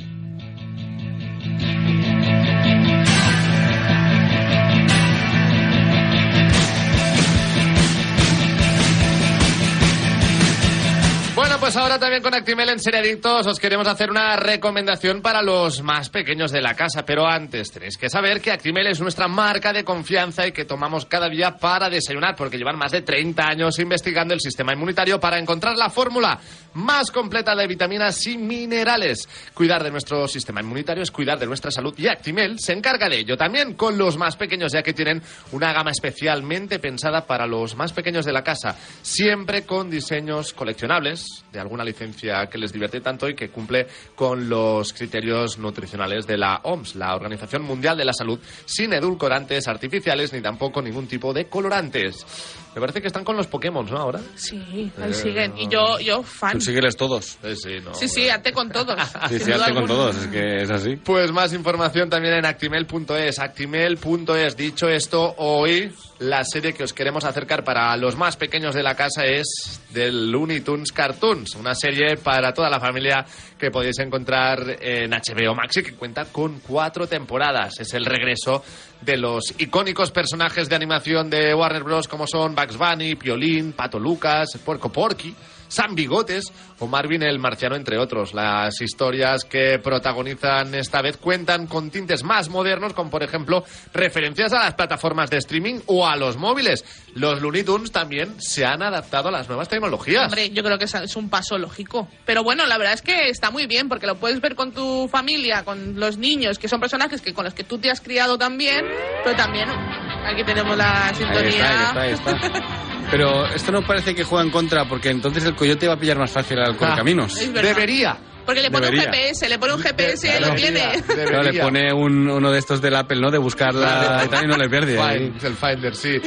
B: Bueno, pues ahora también con Actimel en Seriadictos os queremos hacer una recomendación para los más pequeños de la casa, pero antes tenéis que saber que Actimel es nuestra marca de confianza y que tomamos cada día para desayunar, porque llevan más de 30 años investigando el sistema inmunitario para encontrar la fórmula más completa de vitaminas y minerales. Cuidar de nuestro sistema inmunitario es cuidar de nuestra salud y Actimel se encarga de ello también con los más pequeños, ya que tienen una gama especialmente pensada para los más pequeños de la casa, siempre con diseños coleccionables de alguna licencia que les divierte tanto y que cumple con los criterios nutricionales de la OMS, la Organización Mundial de la Salud, sin edulcorantes artificiales ni tampoco ningún tipo de colorantes. Me parece que están con los Pokémon, ¿no? Ahora.
C: Sí,
B: Eh,
C: ahí siguen. Y yo, yo fan.
D: Tú sígueles todos.
B: Sí, Eh, sí, no.
C: Sí, sí, ate con todos.
D: Sí,
C: sin
D: sí,
C: duda
D: hazte con
C: alguna.
D: todos, es que es así.
B: Pues más información también en actimel.es. Actimel.es. Dicho esto, hoy la serie que os queremos acercar para los más pequeños de la casa es del Looney Tunes Cartoons. Una serie para toda la familia que podéis encontrar en HBO Max y que cuenta con cuatro temporadas. Es el regreso de los icónicos personajes de animación de Warner Bros. como son Bugs Bunny, Piolín, Pato Lucas, Puerco Porky. San Bigotes o Marvin el Marciano, entre otros. Las historias que protagonizan esta vez cuentan con tintes más modernos, con, por ejemplo, referencias a las plataformas de streaming o a los móviles. Los Looney Tunes también se han adaptado a las nuevas tecnologías.
C: Hombre, yo creo que es- es un paso lógico. Pero bueno, la verdad es que está muy bien porque lo puedes ver con tu familia, con los niños, que son personajes que con los que tú te has criado también, pero también aquí tenemos la
D: Ahí
C: sintonía.
D: está, ahí está, ahí está. *laughs* Pero esto no parece que juega en contra, porque entonces el coyote va a pillar más fácil al
B: Ah.
D: correcaminos.
C: Es verdad.
B: Debería.
C: Porque le pone
D: Debería.
C: un GPS, le pone un GPS y él lo
D: Debería.
C: tiene.
D: Claro, le pone un- uno de estos del Apple, ¿no? De buscar la... y tal, y no le pierde. ¿eh?
B: Find- el Finder, sí.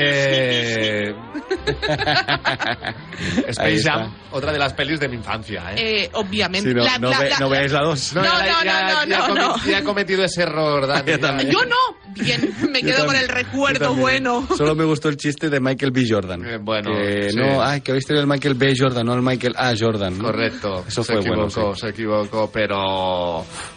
B: Eh,
D: Ahí
B: Space
D: está.
B: Jam, otra de las pelis de mi infancia. ¿eh?
C: Eh, obviamente.
B: Sí, no-
C: La-
B: no
C: la-
B: ve-
C: la-
B: no veáis la
D: dos.
C: No, no, no, no,
B: ya,
C: no,
B: he
C: no.
B: comi- ya he cometido ese
D: *laughs*
B: error, Dani.
C: Yo no. Bien, me
D: Yo
C: quedo con
D: también.
C: el recuerdo
D: también.
C: bueno.
D: *laughs* Solo me gustó el chiste de Michael B. Jordan.
B: Eh, bueno,
D: Que
B: sí.
D: No, ay, que habéis tenido el Michael B. Jordan, no el Michael A. Jordan. ¿no?
B: Correcto.
D: Eso
B: se
D: fue bueno.
B: equivocó, se equivocó, pero uf,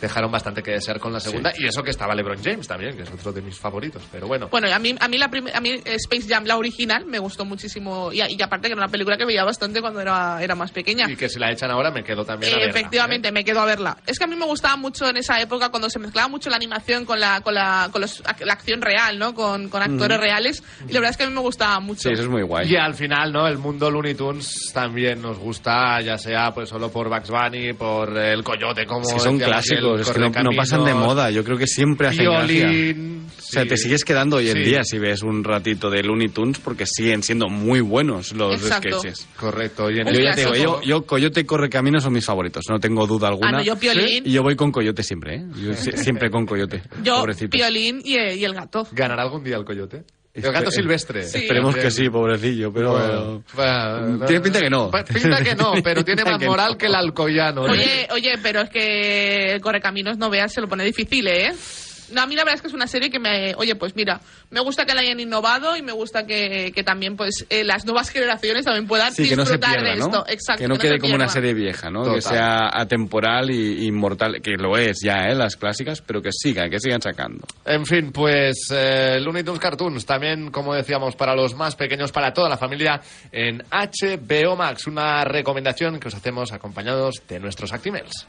B: dejaron bastante que desear con la segunda. Y eso que estaba LeBron James también, que es otro de mis favoritos. Pero bueno,
C: Bueno, a mí, a mí, la prim- a mí eh, Space Jam, la original, me gustó muchísimo. Y, a- y aparte que era una película que veía bastante cuando era, era más pequeña.
B: y que si la echan ahora me quedo también a
C: Eh,
B: verla.
C: efectivamente, me quedo a verla. Es que a mí me gustaba mucho en esa época cuando se mezclaba mucho la animación con la, con la, con los- ac- la acción real, ¿no? Con, con actores
D: Mm.
B: Ujú.
C: reales. Y la verdad es que a mí me gustaba mucho.
D: muy guay.
B: Y al final, ¿no? El mundo Looney Tunes también nos gusta, ya sea pues solo por Bugs Bunny, por eh, El Coyote, como
D: Es que
B: decía
D: son
B: Miguel,
D: clásicos, es que no, no pasan de
B: Correcaminos,
D: moda. Yo creo que siempre hacen gracia.
B: Violín.
D: O sea, te sigues quedando hoy en
B: Sí.
D: día si ves un ratito de Looney Tunes porque siguen siendo muy buenos los
C: Exacto.
D: sketches.
B: Correcto. este
C: en
D: yo
C: el-
D: ya te digo, yo,
C: clásico.
D: yo Coyote y Correcaminos son mis favoritos, no tengo duda alguna.
C: Ah, no, yo Piolín.
D: Y yo voy con Coyote siempre, ¿eh? Yo si- siempre con Coyote.
C: *laughs* Yo,
D: Pobrecito.
C: Piolín y, eh, y el gato.
B: ¿Ganará algún día el Coyote? El gato
D: Espe-
B: silvestre.
D: Sí. Este, eh, Esperemos que sí, pobrecillo, pero...
B: Bueno, bueno,
D: tiene pinta que no.
B: Pa- Pinta que no, pero
D: *laughs*
B: tiene
D: Pinta
B: más
D: que no.
B: moral que el alcoyano. ¿no?
C: Oye, oye, pero es que el Correcaminos no veas, se lo pone difícil, ¿eh? No, a mí la verdad es que es una serie que me... Oye, pues mira, me gusta que la hayan innovado y me gusta que, que también pues eh, las nuevas generaciones también puedan
D: Sí, que no se
C: disfrutar
D: pierda,
C: de
D: ¿no?
C: esto. Exacto,
D: que no quede
C: se
D: como una
C: pierda.
D: serie vieja, ¿no? Que
B: Total.
D: sea atemporal y inmortal, que lo es ya, ¿eh? Las clásicas, pero que sigan, que sigan sacando.
B: En fin, pues eh, Looney Tunes Cartoons, también como decíamos, para los más pequeños, para toda la familia, en HBO Max, una recomendación que os hacemos acompañados de nuestros Actimels.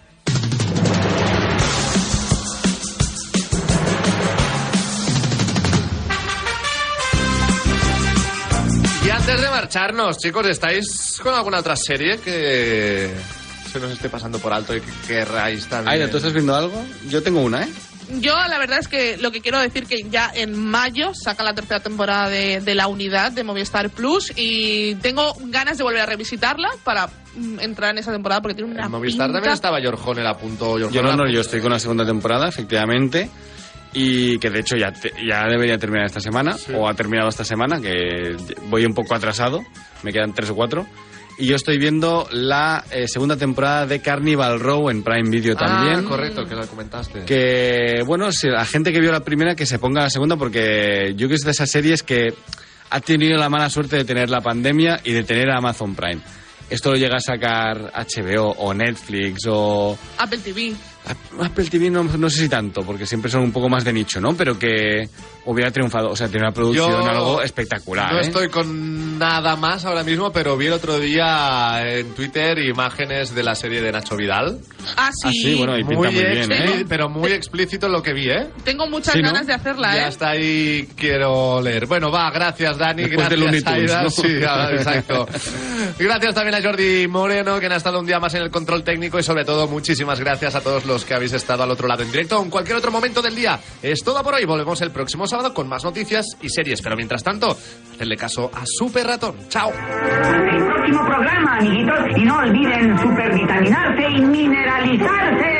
B: Y antes de marcharnos, chicos, ¿estáis con alguna otra serie que se nos esté pasando por alto y que querráis también?
D: Aida, ¿tú estás viendo algo? Yo tengo una, ¿eh?
C: Yo la verdad es que lo que quiero decir que ya en mayo saca la tercera temporada de, de la unidad de Movistar Plus y tengo ganas de volver a revisitarla para mm, entrar en esa temporada porque tiene una
B: En Movistar
C: pinta-
B: también estaba Jorjón, el apunto. Jorjón
D: Yo no,
B: el
D: no,
B: apunto.
D: yo estoy con la segunda temporada, efectivamente. Y que de hecho ya, te- ya debería terminar esta semana, o ha terminado esta semana, que voy un poco atrasado, me quedan tres o cuatro. Y yo estoy viendo la eh, segunda temporada de Carnival Row en Prime Video también.
B: Ah, correcto, que lo comentaste.
D: Que, bueno, si la gente que vio la primera que se ponga la segunda, porque yo creo que es de esas series que ha tenido la mala suerte de tener la pandemia y de tener a Amazon Prime. Esto lo llega a sacar HBO o Netflix o
C: Apple TV.
D: Apple TV no, no sé si tanto, porque siempre son un poco más de nicho, ¿no? Pero que hubiera triunfado, o sea, tiene una producción,
B: Yo
D: algo espectacular,
B: No
D: ¿eh?
B: estoy con nada más ahora mismo, pero vi el otro día en Twitter imágenes de la serie de Nacho Vidal.
C: Ah, sí.
B: expli-
D: ¿eh?
B: Pero muy explícito lo que vi, ¿eh?
C: Tengo muchas
B: Sí, ¿no?
C: ganas de hacerla,
B: Ya
C: ¿eh?
B: está ahí, quiero leer. Bueno, va, gracias Dani,
D: Después de
B: gracias
D: Looney Tunes,
B: Aida.
D: ¿no?
B: Sí, ah, exacto. Gracias también a Jordi Moreno, que ha estado un día más en el control técnico y sobre todo muchísimas gracias a todos los que habéis estado al otro lado en directo o en cualquier otro momento del día. Es todo por hoy, volvemos el próximo sábado con más noticias y series, pero mientras tanto, hacedle caso a Super Ratón. Chao.
N: El próximo programa, amiguitos. Y no olviden supervitaminarse y mineralizarse.